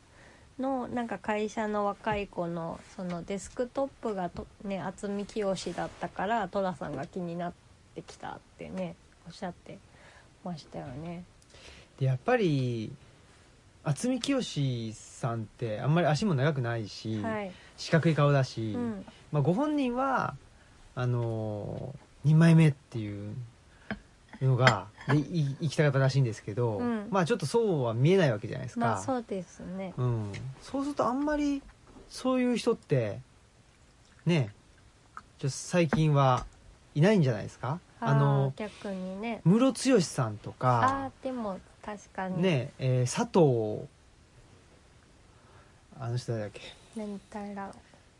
B: のなんか会社の若い子のそのデスクトップがと、ね、渥美清だったから寅さんが気になってきたってねおっしゃってましたよね。
A: でやっぱり渥美清さんってあんまり足も長くないし、
B: はい、
A: 四角い顔だし、
B: うん
A: まあ、ご本人はあのー、2枚目っていうのがでい行きたかったらしいんですけど、
B: うん
A: まあちょっとそうは見えないわけじゃないですか、
B: まあそうですね。
A: うん、そうするとあんまりそういう人ってねちょ最近はいないんじゃないですかあの
B: ー逆にね
A: ムロツヨシさんと
B: あ
A: か
B: ーでも確かに、
A: ね、えー佐藤あの人誰だっけ
B: 何誰だろう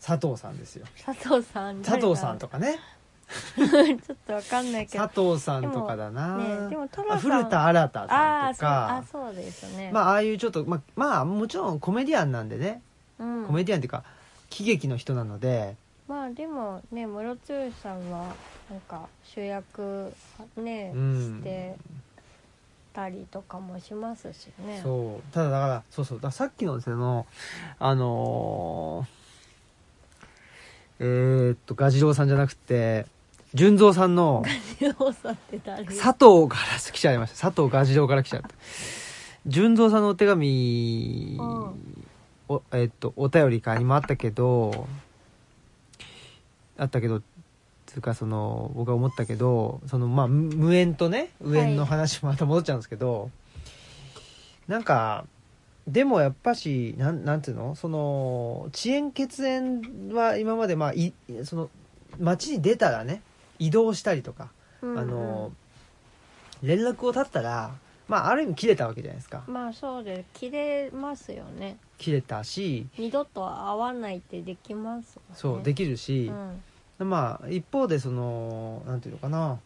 A: 佐藤さんですよ
B: 佐藤さん
A: 佐藤さんとかね
B: 誰だろう ちょっとわかんないけど
A: 佐藤さんとかだな、
B: ねでも寅さ
A: あ
B: ん
A: 古田新太さ
B: あ
A: ん
B: あ
A: と
B: そう
A: か
B: あそうですね
A: まあああいうちょっとまあまあもちろんコメディアンなんでね、
B: うん
A: コメディアンっていうか喜劇の人なので
B: まあでもねムロツヨシさんはなんか主役ね、
A: うん
B: してたりとかもしますしね
A: そうただだからそうそうだからさっきのですねあのあのーえーっと蛾次郎さんじゃなくて純三さんの
B: うさんって誰
A: 佐藤から来ちゃいました佐藤蛾次郎から来ちゃった純三さんのお手紙
B: うん
A: お,、えーっとお便りかにもあったけどあったけどつうかその僕は思ったけどそのまあ無無縁とね無縁の話もまた戻っちゃうんですけど、なんかでもやっぱしなんなんていうのその遅延血縁は今までまあいその町に出たらね移動したりとか、
B: うんうん
A: あの連絡を絶ったらまあある意味切れたわけじゃないですか
B: まあそうです切れますよね
A: 切れたし
B: 二度と会わないってできますもんね
A: そうできる
B: う
A: し、
B: ん
A: まあ一方でそのなんていうのかな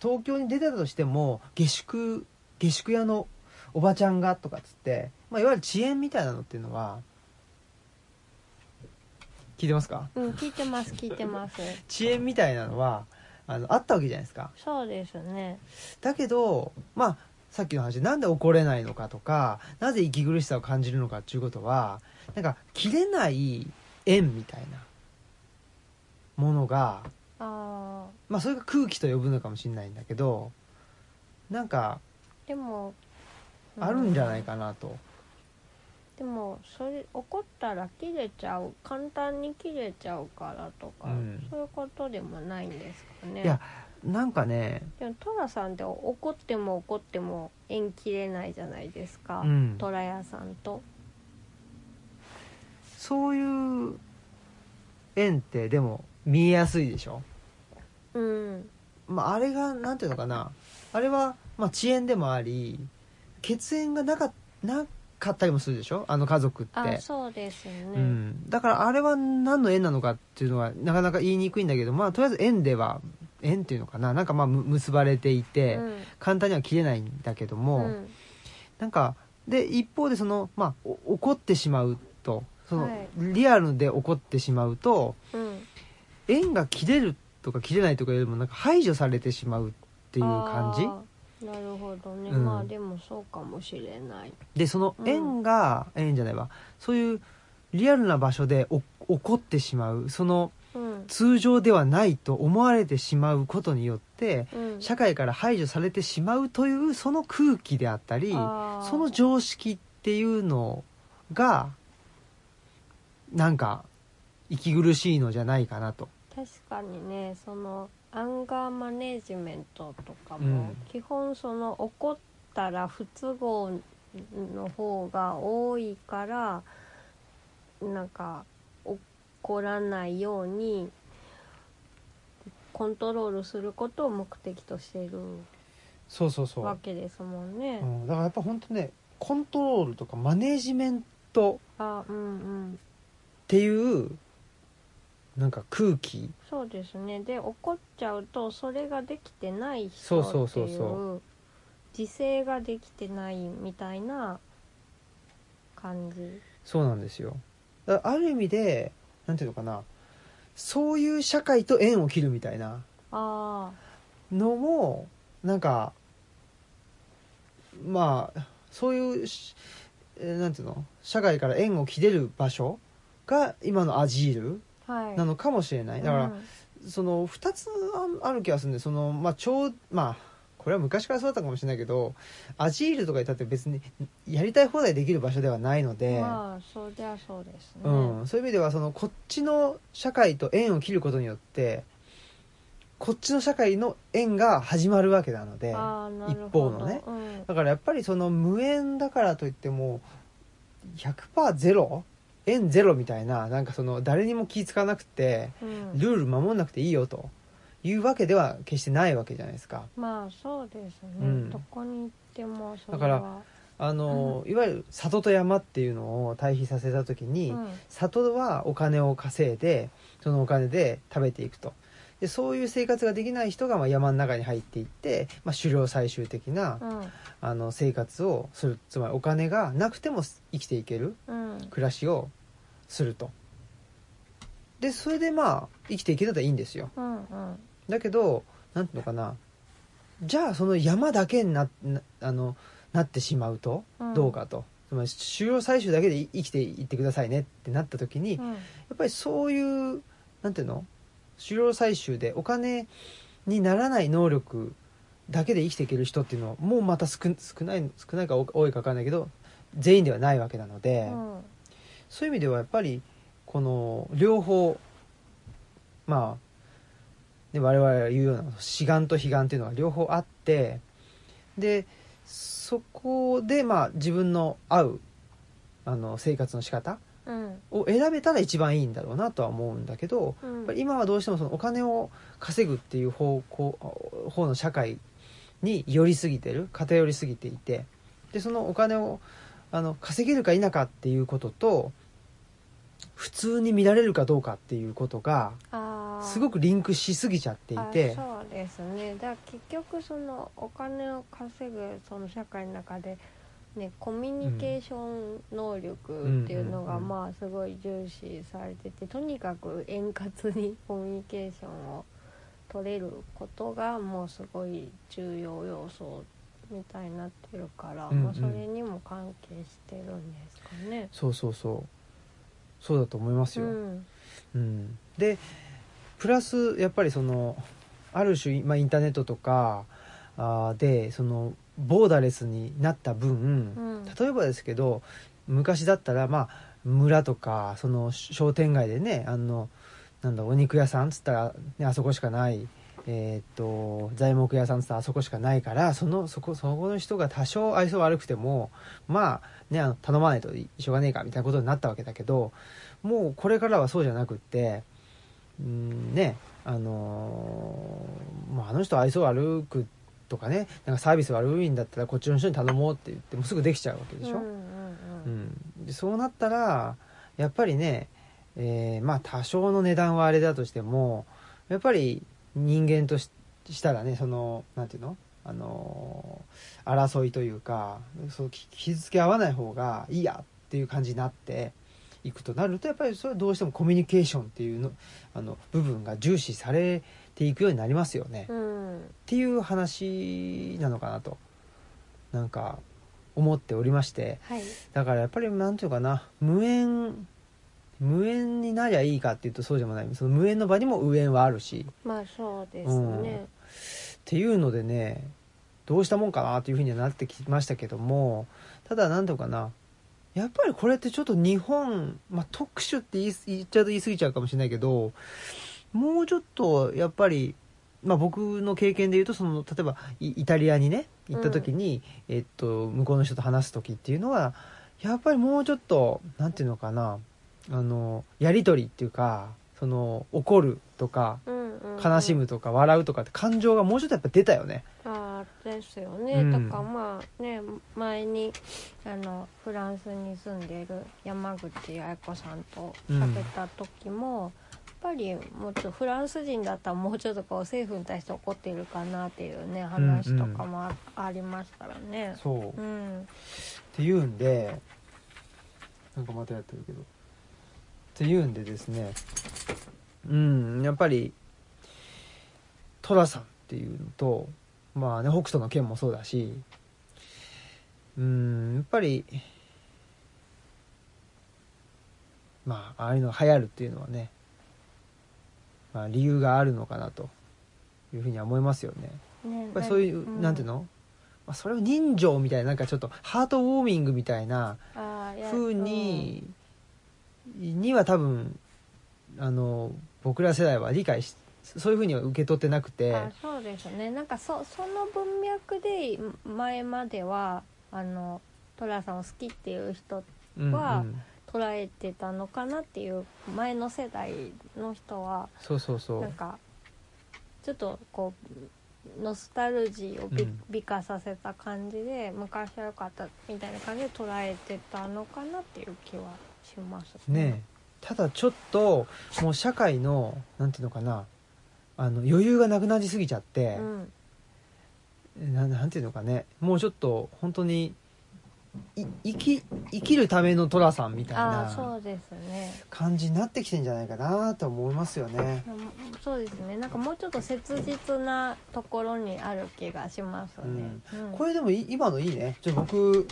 A: 東京に出てたとしても下宿下宿屋のおばちゃんがとかっつって、まあ、いわゆる遅延みたいなのっていうのは聞いてますか
B: うん聞いてます聞い てます
A: 遅延みたいなのはあのあったわけじゃないですか
B: そうですね
A: だけどまあさっきの話でなんで怒れないのかとかなぜ息苦しさを感じるのかっていうことはなんか切れない縁みたいなものが
B: ああ
A: まあそれが空気と呼ぶのかもしれないんだけどなんか
B: でもうん
A: あるんじゃないかなと、
B: でもそれ怒ったら切れちゃう簡単に切れちゃうからと
A: う
B: か、
A: ん
B: そういうことでもないんですかね
A: いやなんかね
B: でも寅さんって怒っても怒っても縁切れないじゃないですか
A: うん
B: 寅、屋さんと
A: そういう縁ってでも見えやすいでしょ、
B: うん
A: まあ、あれがなんていうのかなあれは、まあ、遅延でもあり血縁がなかなかったりもするでしょあの家族って
B: あそうですね、
A: うん、だからあれは何の縁なのかっていうのはなかなか言いにくいんだけどまあとりあえず縁では縁っていうのかななんかまあむ結ばれていうて、
B: ん
A: 簡単には切れないんだけど
B: う
A: も、
B: ん
A: なんかで一方でその、まあ、お怒ってしまうとその、
B: はい
A: リアルで怒ってしまうと
B: うん
A: 縁が切れるとか切れないとかよりもなんか排除されてしまうっていう感じ
B: じなるほどね、
A: うん
B: まあでもそうかもしれない
A: でその縁が、縁じゃないわそういうリアルな場所でお怒ってしまうその
B: うん
A: 通常ではないと思われてしまうことによって
B: うん
A: 社会から排除されてしまうというその空気であったり
B: あー
A: その常識っていうのがなんか息苦しいのじゃないかなと。
B: 確かにねそのアンガーマネジメントとか
A: う
B: も、
A: ん
B: 基本その怒ったら不都合の方が多いからなんか怒らないようにコントロールすることを目的としてる
A: そうそうそ
B: わけですもんね。
A: ん、だからやっぱ本当ねコントロールとかマネージメント
B: あうんうん
A: っていうなんか空気
B: そうですねで怒っちゃうとそれができてない
A: そ
B: 人
A: うそうそ
B: って
A: う
B: い
A: そう
B: 自制ができてないみたいな感じ
A: そうなんですよだからある意味でなんていうのかなそういう社会と縁を切るみたいな
B: あ
A: のもなんかまあそういうしえーなんていうの社会から縁を切れる場所が今のアジール
B: あはい
A: なのかもしれないだから、その2つあある気がするんでそのまあちょうまあこれは昔からそうだったかもしれないけどアジールとかに至って別にやりたい放題できる場所ではないの
B: うん
A: で、
B: まあそりゃそうですね、
A: うん、そういう意味ではそのこっちの社会と縁を切ることによってこっちの社会の縁が始まるわけなので
B: ああなる
A: 一方
B: ほど
A: のね
B: うん
A: だからやっぱりその無縁だからといっても100%ゼロ縁ゼロみたいななんかその誰にも気ぃ付かなくて
B: うん
A: ルール守んなくていいよというわけでは決してないわけじゃないですか。
B: まあそうですね、
A: うん
B: どこに行ってもそれ
A: だ
B: は
A: からあの、いわゆる里と山っていうのを対比させた時に、
B: うん
A: 里はお金を稼いでそのお金で食べていくとでそういう生活ができない人がまあ山の中に入っていって、まあ、狩猟採集的な
B: うん
A: あの生活をするつまりお金がなくても生きていける
B: うん
A: 暮らしをするとでそれでまあ生きていけたらいいんですよ
B: うんうん
A: だけどなんていうのかなじゃあその山だけにななあのなってしまうと
B: うん
A: どうかと、つまり狩猟採集だけで生きていってくださいねってなった時に、
B: うん
A: やっぱりそういうなんていうの狩猟採集でお金にならない能力だけで生きていける人っていうのはもうまた少少ない少ないか多多いか分かんないけど全員ではないわけなので、
B: うん
A: そういう意味ではやっぱりこの両方まあ、ね、我々が言うような志願と悲願っていうのが両方あってでそこでまあ自分の合うあの生活の仕方
B: うん
A: を選べたら一番いいんだろうなとは思うんだけど
B: うん
A: やっぱり今はどうしてもそのお金を稼ぐっていう方向方の社会に寄りすぎてる偏りすぎていてでそのお金をあの稼げるか否かっていうことと普通に見られるかどうかっていうことが
B: ああ
A: すごくリンクしすぎちゃっていて
B: あそうですねだから結局そのお金を稼ぐその社会の中で、ね、コミュニケーション能力っていうの
A: うん
B: が
A: うんうん
B: まあすごい重視されててとにかく円滑にコミュニケーションを取れることがもうすごい重要要素みたいになってるから、
A: うんうん
B: まあ、それにも関係してるんですかね。
A: そうそうそうそうだと思いますよ。
B: うん
A: うん、でプラスやっぱりそのある種、まあ、インターネットとかあーでそのボーダレスになった分、
B: うん
A: 例えばですけど昔だったらまあ村とかその商店街でねあのなんだお肉屋さんっつったら、ね、あそこしかない、えーっと材木屋さんっつったらあそこしかないからそのそこそこの人が多少愛想悪くてもまあねあの頼まないとしょうがねえかみたいなことになったわけだけどもうこれからはそうじゃなくってうんねあのーまあ、あの人愛想悪くとかねなんかサービス悪いんだったらこっちの人に頼もうって言ってもうすぐできちゃうわけでしょ。
B: うんうん
A: う
B: うん
A: ん、でそうなったらやっぱりね、えーまあ多少の値段はあれだとしてもやっぱり人間とししたらねそのなんていうのあのー争いというかそうき傷つけ合わない方がいいやっていう感じになっていくとなるとやっぱりそれはどうしてもコミュニケーションっていうのあの部分が重視されていくようになりますよね。
B: うん
A: っていう話なのかなとなんか思っておりまして。
B: はい
A: だからやっぱりなんていうかな無縁無縁になりゃいいかっていうとそうでもないその無縁の場にも有縁はあるし
B: まあそうですね
A: っていうのでねどうしたもんかなというふうにはなってきましたけどもただなんていうかなやっぱりこれってちょっと日本、まあ、特殊って言い言っちゃうと言い過ぎちゃうかもしれないけどもうちょっとやっぱり、まあ、僕の経験で言うとその例えばイイタリアにね行った時に、えっと、向こうの人と話す時っていうのはやっぱりもうちょっとなんていうのかなあのやり取りっていうかその怒るとか
B: うんうんうん
A: 悲しむとか笑うとかって感情がもうちょっとやっぱ出たよね。
B: あーですよね、
A: うん
B: とかまあね前にあのフランスに住んでいる山口八重子さんと喋った時も、やっぱりもうちょっとフランス人だったらもうちょっとこう政府に対して怒っているかなっていうね話とかもあ,、りますからね。
A: そう
B: う
A: っ
B: ん、
A: ていうんでなんかまたやってるけど。っていうんでですねうんやっぱり寅さんっていうのとまあね北斗の拳もそうだしうんやっぱりまあああいうのが流行るっていうのはね、まあ、理由があるのかなというふうには思いますよね。
B: ね
A: やっぱりそういう、なんていうの、まあ、それを人情みたいななんかちょっとハートウォーミングみたいな
B: あーいや
A: 風に、には多分あの僕ら世代は理解しそういう風には受け取ってなくて
B: あそうですねなんかそその文脈で前まではあの寅さんを好きっていう人
A: うん、う
B: は
A: ん、
B: 捉えてたのかなっていう前の世代の人は
A: そうそうそ
B: なん
A: う
B: かちょっとこうノスタルジーを美,、
A: うん
B: 美化させた感じで昔は良かったみたいな感じで捉えてたのかなっていう気はします
A: ねえただちょっともう社会のなんていうのかなあの余裕がなくなりすぎちゃって
B: う、ん
A: ななんていうのかねもうちょっと本当にい生き生きるための寅さんみたい
B: ああ
A: な
B: そうですね
A: 感じになってきてんじゃないかなと思いますよね。
B: うんそうですねなんかもうちょっと切実なところにある気がしますね、うん
A: これでもい今のいいね。じゃあ僕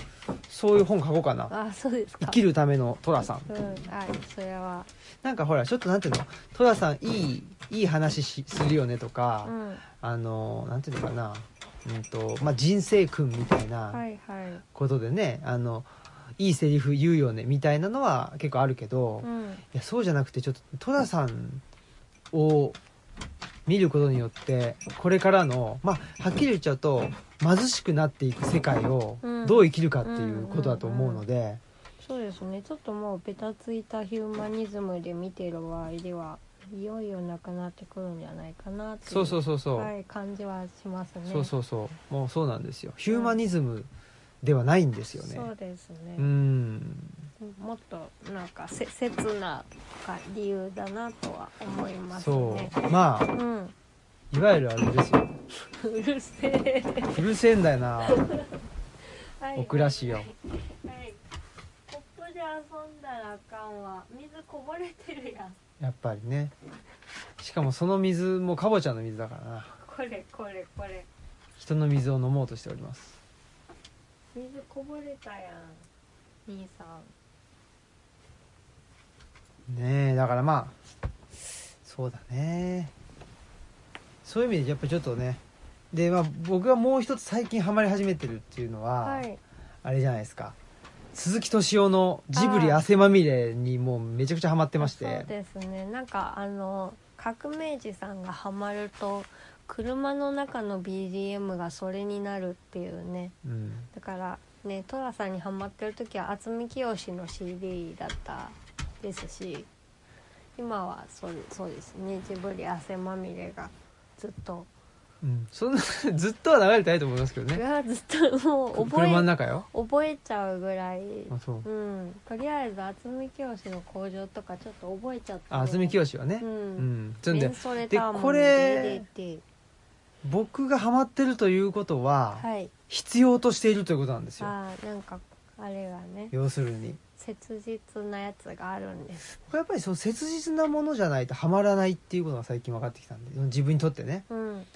A: そういう本書こうかな。
B: あそうです
A: 生
B: か
A: きるための寅さん。
B: うんはいそれは
A: なんかほらちょっとなんていうの寅さんいいいい話しするよねとか、
B: うん
A: あのなんていうのかな。うんとまあ、人生訓みたい
B: は
A: ない
B: はい
A: ことでね、あのいいセリフ言うよねみたいなのは結構あるけど、
B: うん
A: いやそうじゃなくてちょっと寅さんを見ることによってこれからのまあはっきり言っちゃうと貧しくなっていく世界を
B: うん
A: どう生きるかっていうことだと思うので
B: そうですねちょっともうベタついたヒューマニズムで見ている場合ではいよいよなくなってくるんじゃないかなっていう
A: そうそうそうそう、
B: はい、感じはしますね
A: そうそうそうもうそうなんですよヒューマニズムではないんですよね
B: そうですね、
A: うん
B: もっとなんかせ切なが理由だなとは思います
A: そ
B: ね
A: うまあ
B: うん
A: いわゆるあれですよ
B: うるせえ
A: うるせえんだよな
B: はい
A: オクラシよ
B: はいコップで遊んだらあかんわ水こぼれてるやん
A: やっぱりねしかもその水もかぼちゃの水だからな
B: これこれこれ
A: 人の水を飲もうとしております
B: 水こぼれたやん兄さん
A: ねえだからまあそうだねそういう意味でやっぱちょっとねで、まあ、僕がもう一つ最近ハマり始めてるっていうのは、
B: はい
A: あれじゃないですか鈴木敏夫のジブリ汗まみれにもうめちゃくちゃハマってまし
B: そう
A: て
B: ですねなんかあの革命児さんがハマると車の中の BGM がそれになるっていうね
A: うん
B: だからね寅さんにハマってる時は渥美清の CD だったですし今はそうそうですねジブリ汗まみれがずっと
A: うん、そんな ずっとは流れてないと思いますけど
B: う
A: ね
B: わずっともう覚
A: 車の
B: え
A: 中よ
B: 覚えちゃうぐらい。
A: あそう
B: うん、とりあえず渥美清の工場とかちょっと覚えちゃった
A: あ渥美清はね
B: う
A: うんん、そんで
B: メンソレ
A: で
B: ターモン
A: これ
B: DDT
A: 僕がハマってるということは、
B: はい
A: 必要としているということなんですよ
B: あーなんかあれがね
A: 要するに
B: 切実なやつがあるんです
A: これやっぱりその切実なものじゃないとハマらないっていうことが最近分かってきたんで自分にとってね
B: うん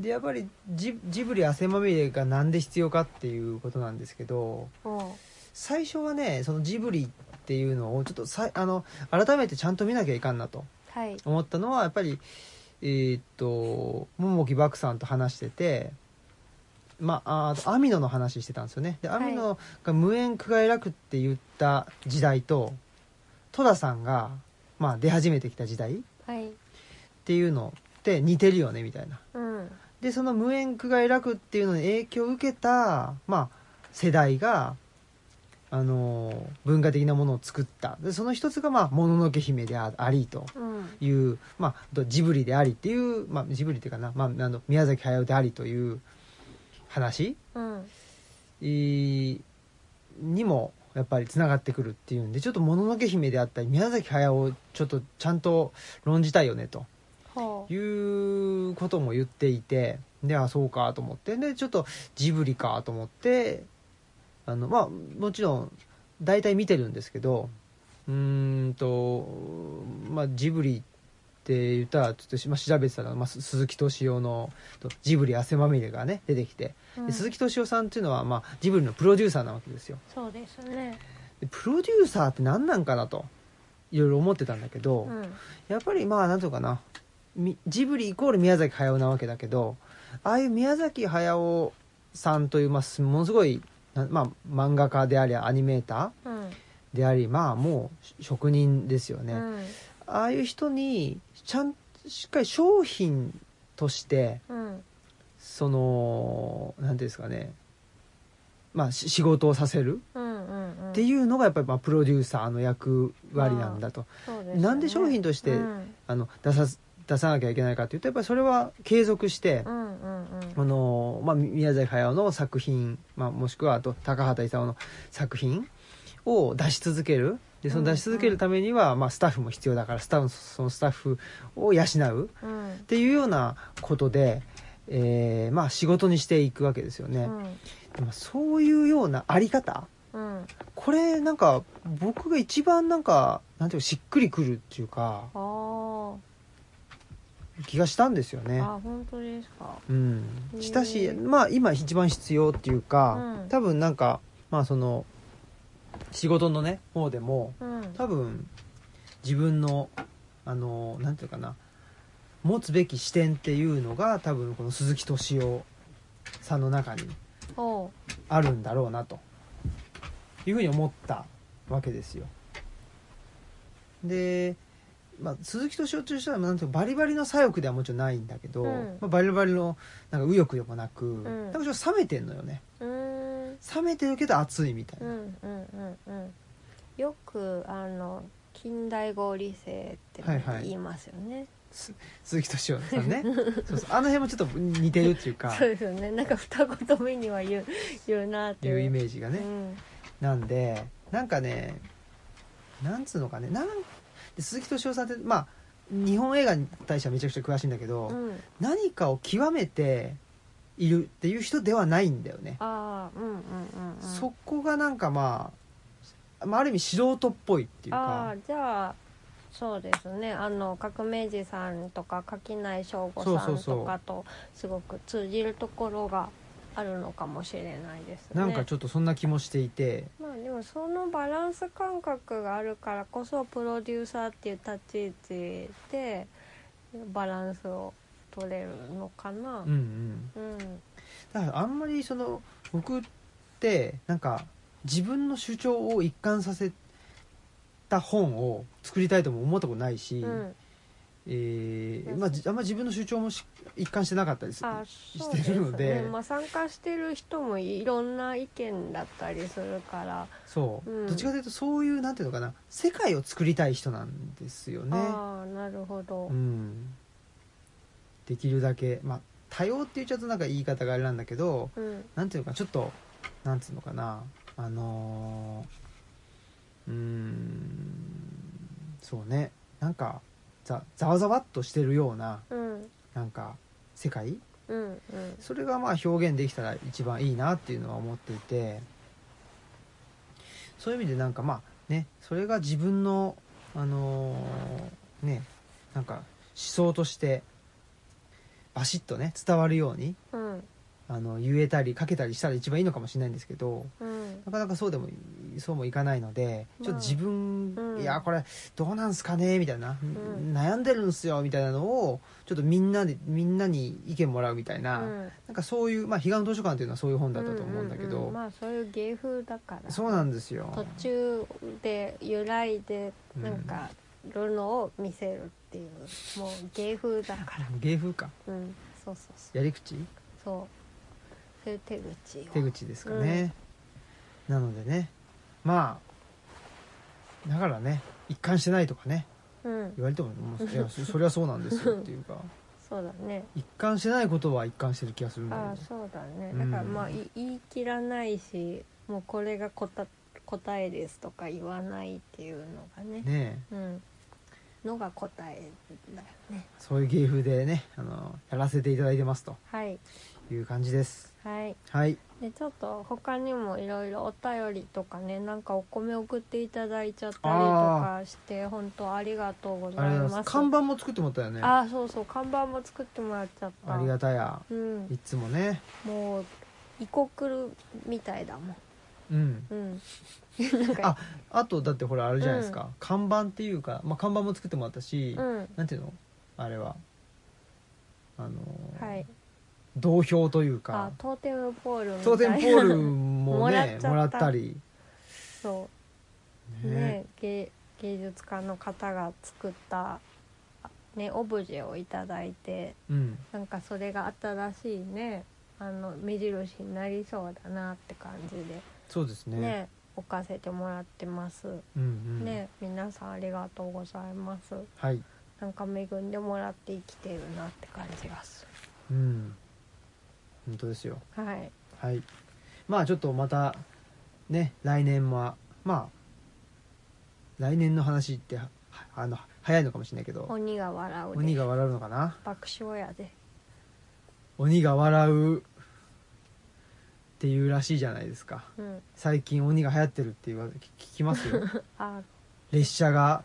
A: でやっぱりジジブリ汗まみれがなんで必要かっていうことなんですけど
B: も
A: 最初はねそのジブリっていうのをちょっとさいあの改めてちゃんと見なきゃいかんなと
B: うはい
A: 思ったのはやっぱりえーっと桃木漠さんと話してて。まあ、ああとアミノの話してたんですよねでアミ
B: い
A: ノが無縁苦害楽って言った時代と戸田さんが、まあ、出始めてきた時代っ
B: はい
A: ていうのって似てるよねみたいな
B: うん
A: でその無縁苦害楽っていうのに影響を受けた、まあ、世代が、あのー文化的なものを作ったでその一つが、まあ「もののけ姫」であありと
B: うん
A: いう、まあ、あとジブリでありっていう、まあ、ジブリっていうかな、まあ、あの宮崎駿でありという話
B: うん
A: えーにもやっぱりつながってくるっていうんでちょっと「もののけ姫」であったり宮崎駿をちょっとちゃんと論じたいよねと。
B: ほう
A: いうことも言っていてであそうかと思ってでちょっとジブリかと思ってあのまあもちろん大体見てるんですけどうーんとまあジブリって言ったらちょっとし、まあ、調べてたら、まあ、す鈴木敏夫のとジブリ汗まみれがね出てきて、
B: う
A: で
B: ん
A: 鈴木敏夫さんっていうのは、まあ、ジブリのプロデューサーなわけですよ
B: そうですね
A: でプロデューサーって何なんかなといろいろ思ってたんだけど、
B: うん
A: やっぱりまあなんとかなみジブリイコール宮崎駿なわけだけどああいう宮崎駿さんという、まあ、すものすごいな、まあ、漫画家でありアニメータ
B: うん
A: ーでありまあもうし職人ですよね、
B: うん
A: ああいう人にちゃんしっかり商品として
B: うん
A: その何ていうんですかねまあ、し仕事をさせる
B: うんうん
A: っていうのがやっぱりまあプロデューサーの役割なんだと、
B: そうですね
A: なんで商品として
B: うん
A: あの出さ出さなきゃいけないかというとやっぱりそれは継続して
B: う、んうん
A: あのまあ、宮崎駿の作品、まあ、もしくはあと高畑勲の作品を出し続けるでその出し続けるためには、まあ、スタッフも必要だからスタッフそのスタッフを養うっ
B: うんうん
A: ていうようなことで、えーまあ、仕事にしていくわけですよね。でもそういうようなあり方
B: うんうん
A: これなんか僕が一番なんかなんていうかしっくりくるっていうか
B: あー
A: 気がしたんですよね。
B: あ本当ですか
A: うん、
B: へえ
A: したし、まあ今一番必要っていうか、
B: うん
A: 多分なんかまあその仕事のね方でも
B: うん
A: 多分自分のあのなんていうかな持つべき視点っていうのが多分この鈴木敏夫さんの中に
B: ほ
A: あるんだろうなというふうに思ったわけですよ。で、まあ、鈴木敏夫としてはなんていうかバリバリの左翼ではもちろんないんだけど、
B: うん
A: まあ、バリバリのなんか右翼でもなく、なんかちょっと冷めてんのよね
B: ううーん
A: 冷めてるけど熱いみたいうな。
B: んうんうんうんよくあの近代合理性って
A: はいはい
B: 言いますよね、
A: 鈴木敏夫さん ねそうそうあの辺もちょっと似てるっていうか
B: そうですよねなんか二言目には言 う言うなって
A: いうイメ
B: ー
A: ージが
B: ジ
A: ね、なんでなんかねなんつうのかねなんで鈴木敏夫さんってまあ日本映画に対してはめちゃくちゃ詳しいんだけど、
B: うん、うん、
A: 何かを極めているっていう人ではないんだよね、
B: ああうんうんうんうん
A: そこがなんかまあまあある意味素人っぽいっていう
B: あ
A: か
B: あじゃあそうですねあの革命児さんとか垣内翔吾さ
A: そうんそうそう
B: とかとすごく通じるところがあるのかもしれないですね
A: なんかちょっとそんな気もしていて、
B: まあでもそのバランス感覚があるからこそプロデューサーっていう立ち位置でバランスを取れるのかな
A: うんうん
B: うん
A: だからあんまりその僕ってなんか自分の主張を一貫させた本を作りたいとも思ったことないし、
B: うん
A: えーまあ、じあんま自分の主張もし一貫してなかったりする
B: あそう
A: してるので
B: ですねまあ、参加してる人もいろんな意見だったりするから、
A: そう、
B: うん
A: どっちかというとそういうなんていうのかな世界を作りたい人なんですよね。
B: ああなるほど、
A: うん、できるだけ、まあ、多様って言っちゃうとなんか言い方があれなんだけど、
B: うん
A: なんていうのかちょっとなんつうのかなあのーうーんそうねなんかざざわざわっとしてるような
B: うん
A: なんか世界
B: うんうん
A: それがまあ表現できたら一番いいなっていうのは思っていてそういう意味でなんかまあねそれが自分のあのーねなんか思想としてバシッとね伝わるように
B: うん
A: あの言えたりかけたりしたら一番いいのかもしれないんですけど
B: うん
A: なかなかそうでもそうもいかないのでちょっと自分、
B: まあうん
A: いやこれどうなんすかねみたいな、
B: ん
A: 悩んでるんすよみたいなのをちょっとみんなでみんなに意見もらうみたいうな、
B: ん
A: なんかそういうまあ彼岸の図書館というのはそういう本だったと思うんだけど、
B: ううまあそういう芸風だから
A: そうなんですよ
B: 途中で揺らいでなんかるのを見せるっていう、もう芸風だか
A: 芸風か
B: らうんそうそうそう
A: やり口
B: そうそういう手口を
A: 手口ですかね、なのでねまあだからね一貫してないとかね
B: うん
A: 言われてももうい やそそれはそうなんですよっていうか。
B: そうだね
A: 一貫してないことは一貫してる気がするんだよ
B: ああ
A: ね
B: そうだね
A: うん
B: だからまあ、い言い切らないしもうこれがこた答えですとか言わないっていうのが
A: ね
B: ね
A: え
B: うんのが答えだよね
A: そういう芸風でねあのやらせていただいてますと
B: はい
A: いう感じです
B: はい
A: はい
B: でちょっと他にもいろいろお便りとかねなんかお米送っていただいちゃったりとかして本当ありがとうご
A: あ
B: ざ
A: りがと
B: い
A: うござい
B: ま
A: ます
B: す
A: 看板も作ってもらったよねあ
B: あそうそう看板も作ってもらっちゃった
A: りがたや
B: うん
A: いつもね
B: もう異国みたいだもん
A: うん
B: うんなんか
A: あとだってほらあれじゃないですか、看板っていうか、まあ、看板も作ってもらったし、
B: うん
A: なんていうのあれはあのー
B: はい
A: 同票という
B: あ
A: か
B: トーテムポールみたいな
A: 当然ポールも
B: もらっちゃ
A: ね
B: った
A: もらったり
B: そ
A: ね
B: うね芸芸術家の方が作ったあねオブジェをいただいて
A: うん
B: なんかそれが新しいねあの目印になりそうだなって感じ
A: そうです
B: で
A: ね
B: ね置かせてもらってます、
A: うんうん、
B: ね皆さんありがとうございます
A: はい
B: なんか恵んでもらって生きてるなって感じがす
A: うん本当ですよ
B: るはい
A: はいまあちょっとまたね来年はまあ来年の話ってはあの早いのかもしれないけど
B: 鬼が笑う
A: 鬼
B: で
A: が笑うのかな
B: 爆笑やで
A: 鬼が笑うっていうらしいじゃないですか
B: うん
A: 最近鬼が流行ってるっていうわ聞聞きますよ
B: あ
A: 列車が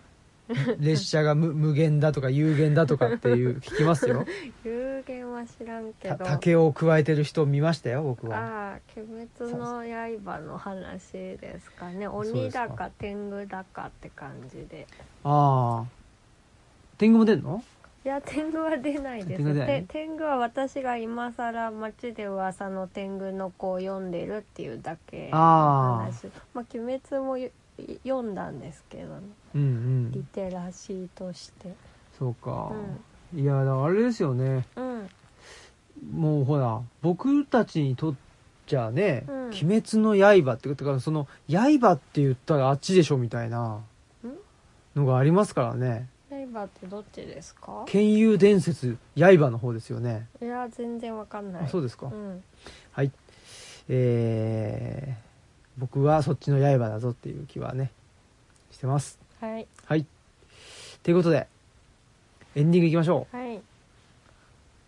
A: 列車が無無限だとか有限だとかっていう聞きますよ
B: 有限は知らんけ
A: た
B: ど
A: 竹を加えてる人見ましたよ僕は
B: ああ「鬼滅の刃」の話ですかね
A: うで
B: 鬼
A: すか
B: だか天狗だかって感じで
A: ああ天狗も出んの
B: いや天狗は出ないです
A: 天狗出ない
B: て天狗は私が今更街で噂の天狗の子を読んでるっていうだけの
A: あ
B: 話まあ「鬼滅もよ」読んだんですけどね
A: うんう
B: リ
A: ん
B: テラシーとして
A: そうか
B: う、ん
A: いやだからあれですよね
B: うん
A: もうほら僕たちにとっちゃね「
B: うん
A: 鬼滅の刃」ってことからその「刃」って言ったらあっちでしょみたいなのがありますからね
B: 刃ってどっちですか
A: 剣遊伝説刃の方ですよね、
B: いや全然わかんな
A: あ
B: い
A: そう
B: う
A: ですか、
B: ん
A: はいえー、僕はそっちの刃だぞっていう気はねしてます
B: はい
A: はいということでエンディングいきましょう
B: はい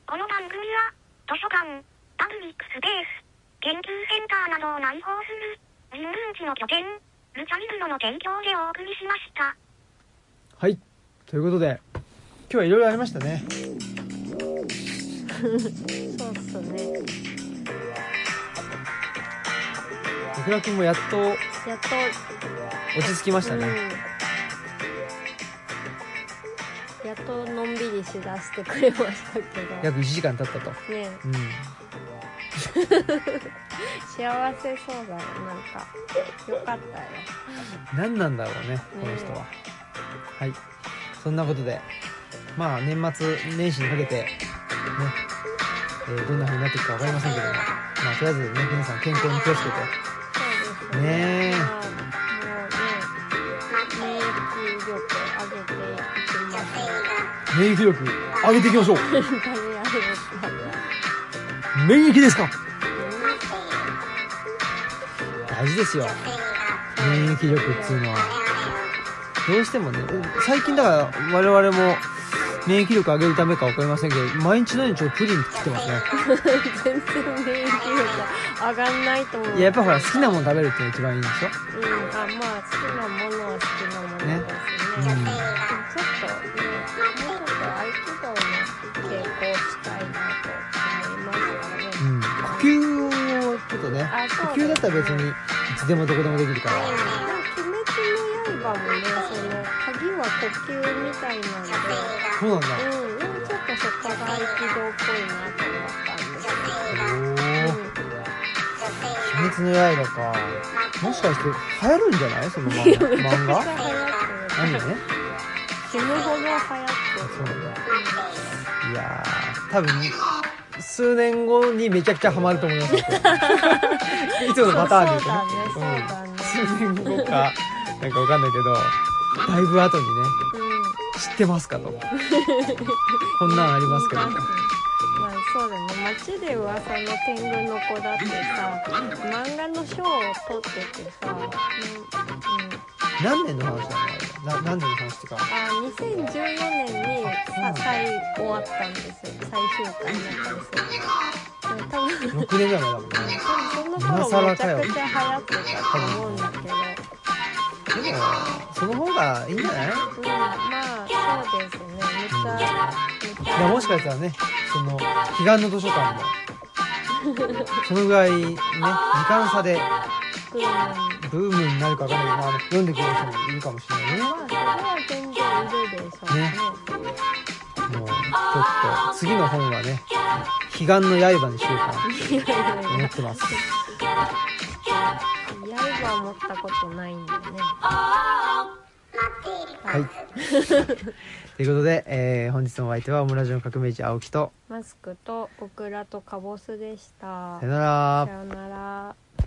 C: この番組は、図書館、パブリックスペース、研究センターなどを内包する、人文地の拠点、ルチャリブロの提供でお送りしました。
A: はい。ということで、今日はいろいろありましたね。
B: そうっすね
A: 奥田君もやっと
B: やっと
A: 落ち着きましたね。
B: うん、やっととのんびりしだしてくれましたけどね
A: 約1時間経ったと。うん。
B: 幸せそうだねなんかよかったよ
A: 何なんだろうね、この人は。はい。そんなことで、まあ、年末年始にかけて、ね、えーどんな風になっていくかわかりませんけども、まあ、とりあえずね、皆さん健康に気をつけて、
B: そうです
A: ねえ
B: まあもうね免疫力上げていきましょう
A: 免疫力上げていきましょう
B: 食べられるか
A: 免疫ですか大事ですよ。免疫力っていうのは。どうしてもね、最近だから我々も免疫力上げるためかわかりませんけど、毎日のようにちょっとプリン食ってますね。
B: 全然免疫力上がんないと思う
A: いや、やっぱほら、好きなもの食べるっていうのが一番いいんでしょ
B: うん、あまあ好きなものは好きなものですね
A: ねうん
B: ちょっとねもうちょっと合気道の傾向したいなと思いますからね、
A: うん。呼吸をちょっとね
B: あ、
A: 呼
B: そうですね
A: 吸だったら別にいつでもどこでもできるから。
B: でも鬼滅の刃もねその鍵は呼吸みたいなんで
A: そうなんだ。
B: うんでもちょっとそこが合気道っぽいなと思ったんです
A: おー。
B: け
A: 鬼滅の刃か。もしかして流行るんじゃないその漫 画。
B: ど、
A: 漫
B: うん、めちゃ
A: 画
B: くち
A: アニ
B: ゃ流行
A: メ
B: ってる死ぬほど流行って
A: そう
B: る
A: なんだ。いやー、多分、数年後にめちゃくちゃハマると思います よ。これいつものパターンで
B: そうだねそうだ
A: 言
B: ね
A: うとね。うん数年後か、なんかわかんないけど、だいぶ後にね、
B: うん
A: 知ってます かと。こんなんありますけど。
B: まあそうだね街で噂の天狗の子だってさ漫画の賞を取っててさ、うんうん、
A: 何年の話なのな何年の話っていうか。
B: あ2014年に
A: う
B: さ
A: ん
B: 最終わったんですよ最終回だったんですよで多分
A: 6年ぐらい前だもんね。
B: その頃めちゃくちゃ流行ってたと思うんだけど、
A: でも、その方がいいんじゃない
B: うん、まあそうですねめっちゃめっち
A: いや
B: ゃ
A: もしかしたらねその彼岸の図書館もそのぐらいね時間差で
B: くるのに
A: ブームになるかわかんないけど、まあ、読んでくれる人もいるかもしれないね
B: まあそれは全然いるでしょう
A: ね
B: ね
A: もうちょっと次の本はね彼岸の刃にしようかない
B: やいやい
A: と
B: や
A: 思ってます
B: ヤイバ持ったことないんだよね。
A: はいということで、えー本日のお相手はオムラジオの革命児青木と
B: マスクとオクラとカボスでし
A: さ
B: た
A: よ。なら
B: さよなら。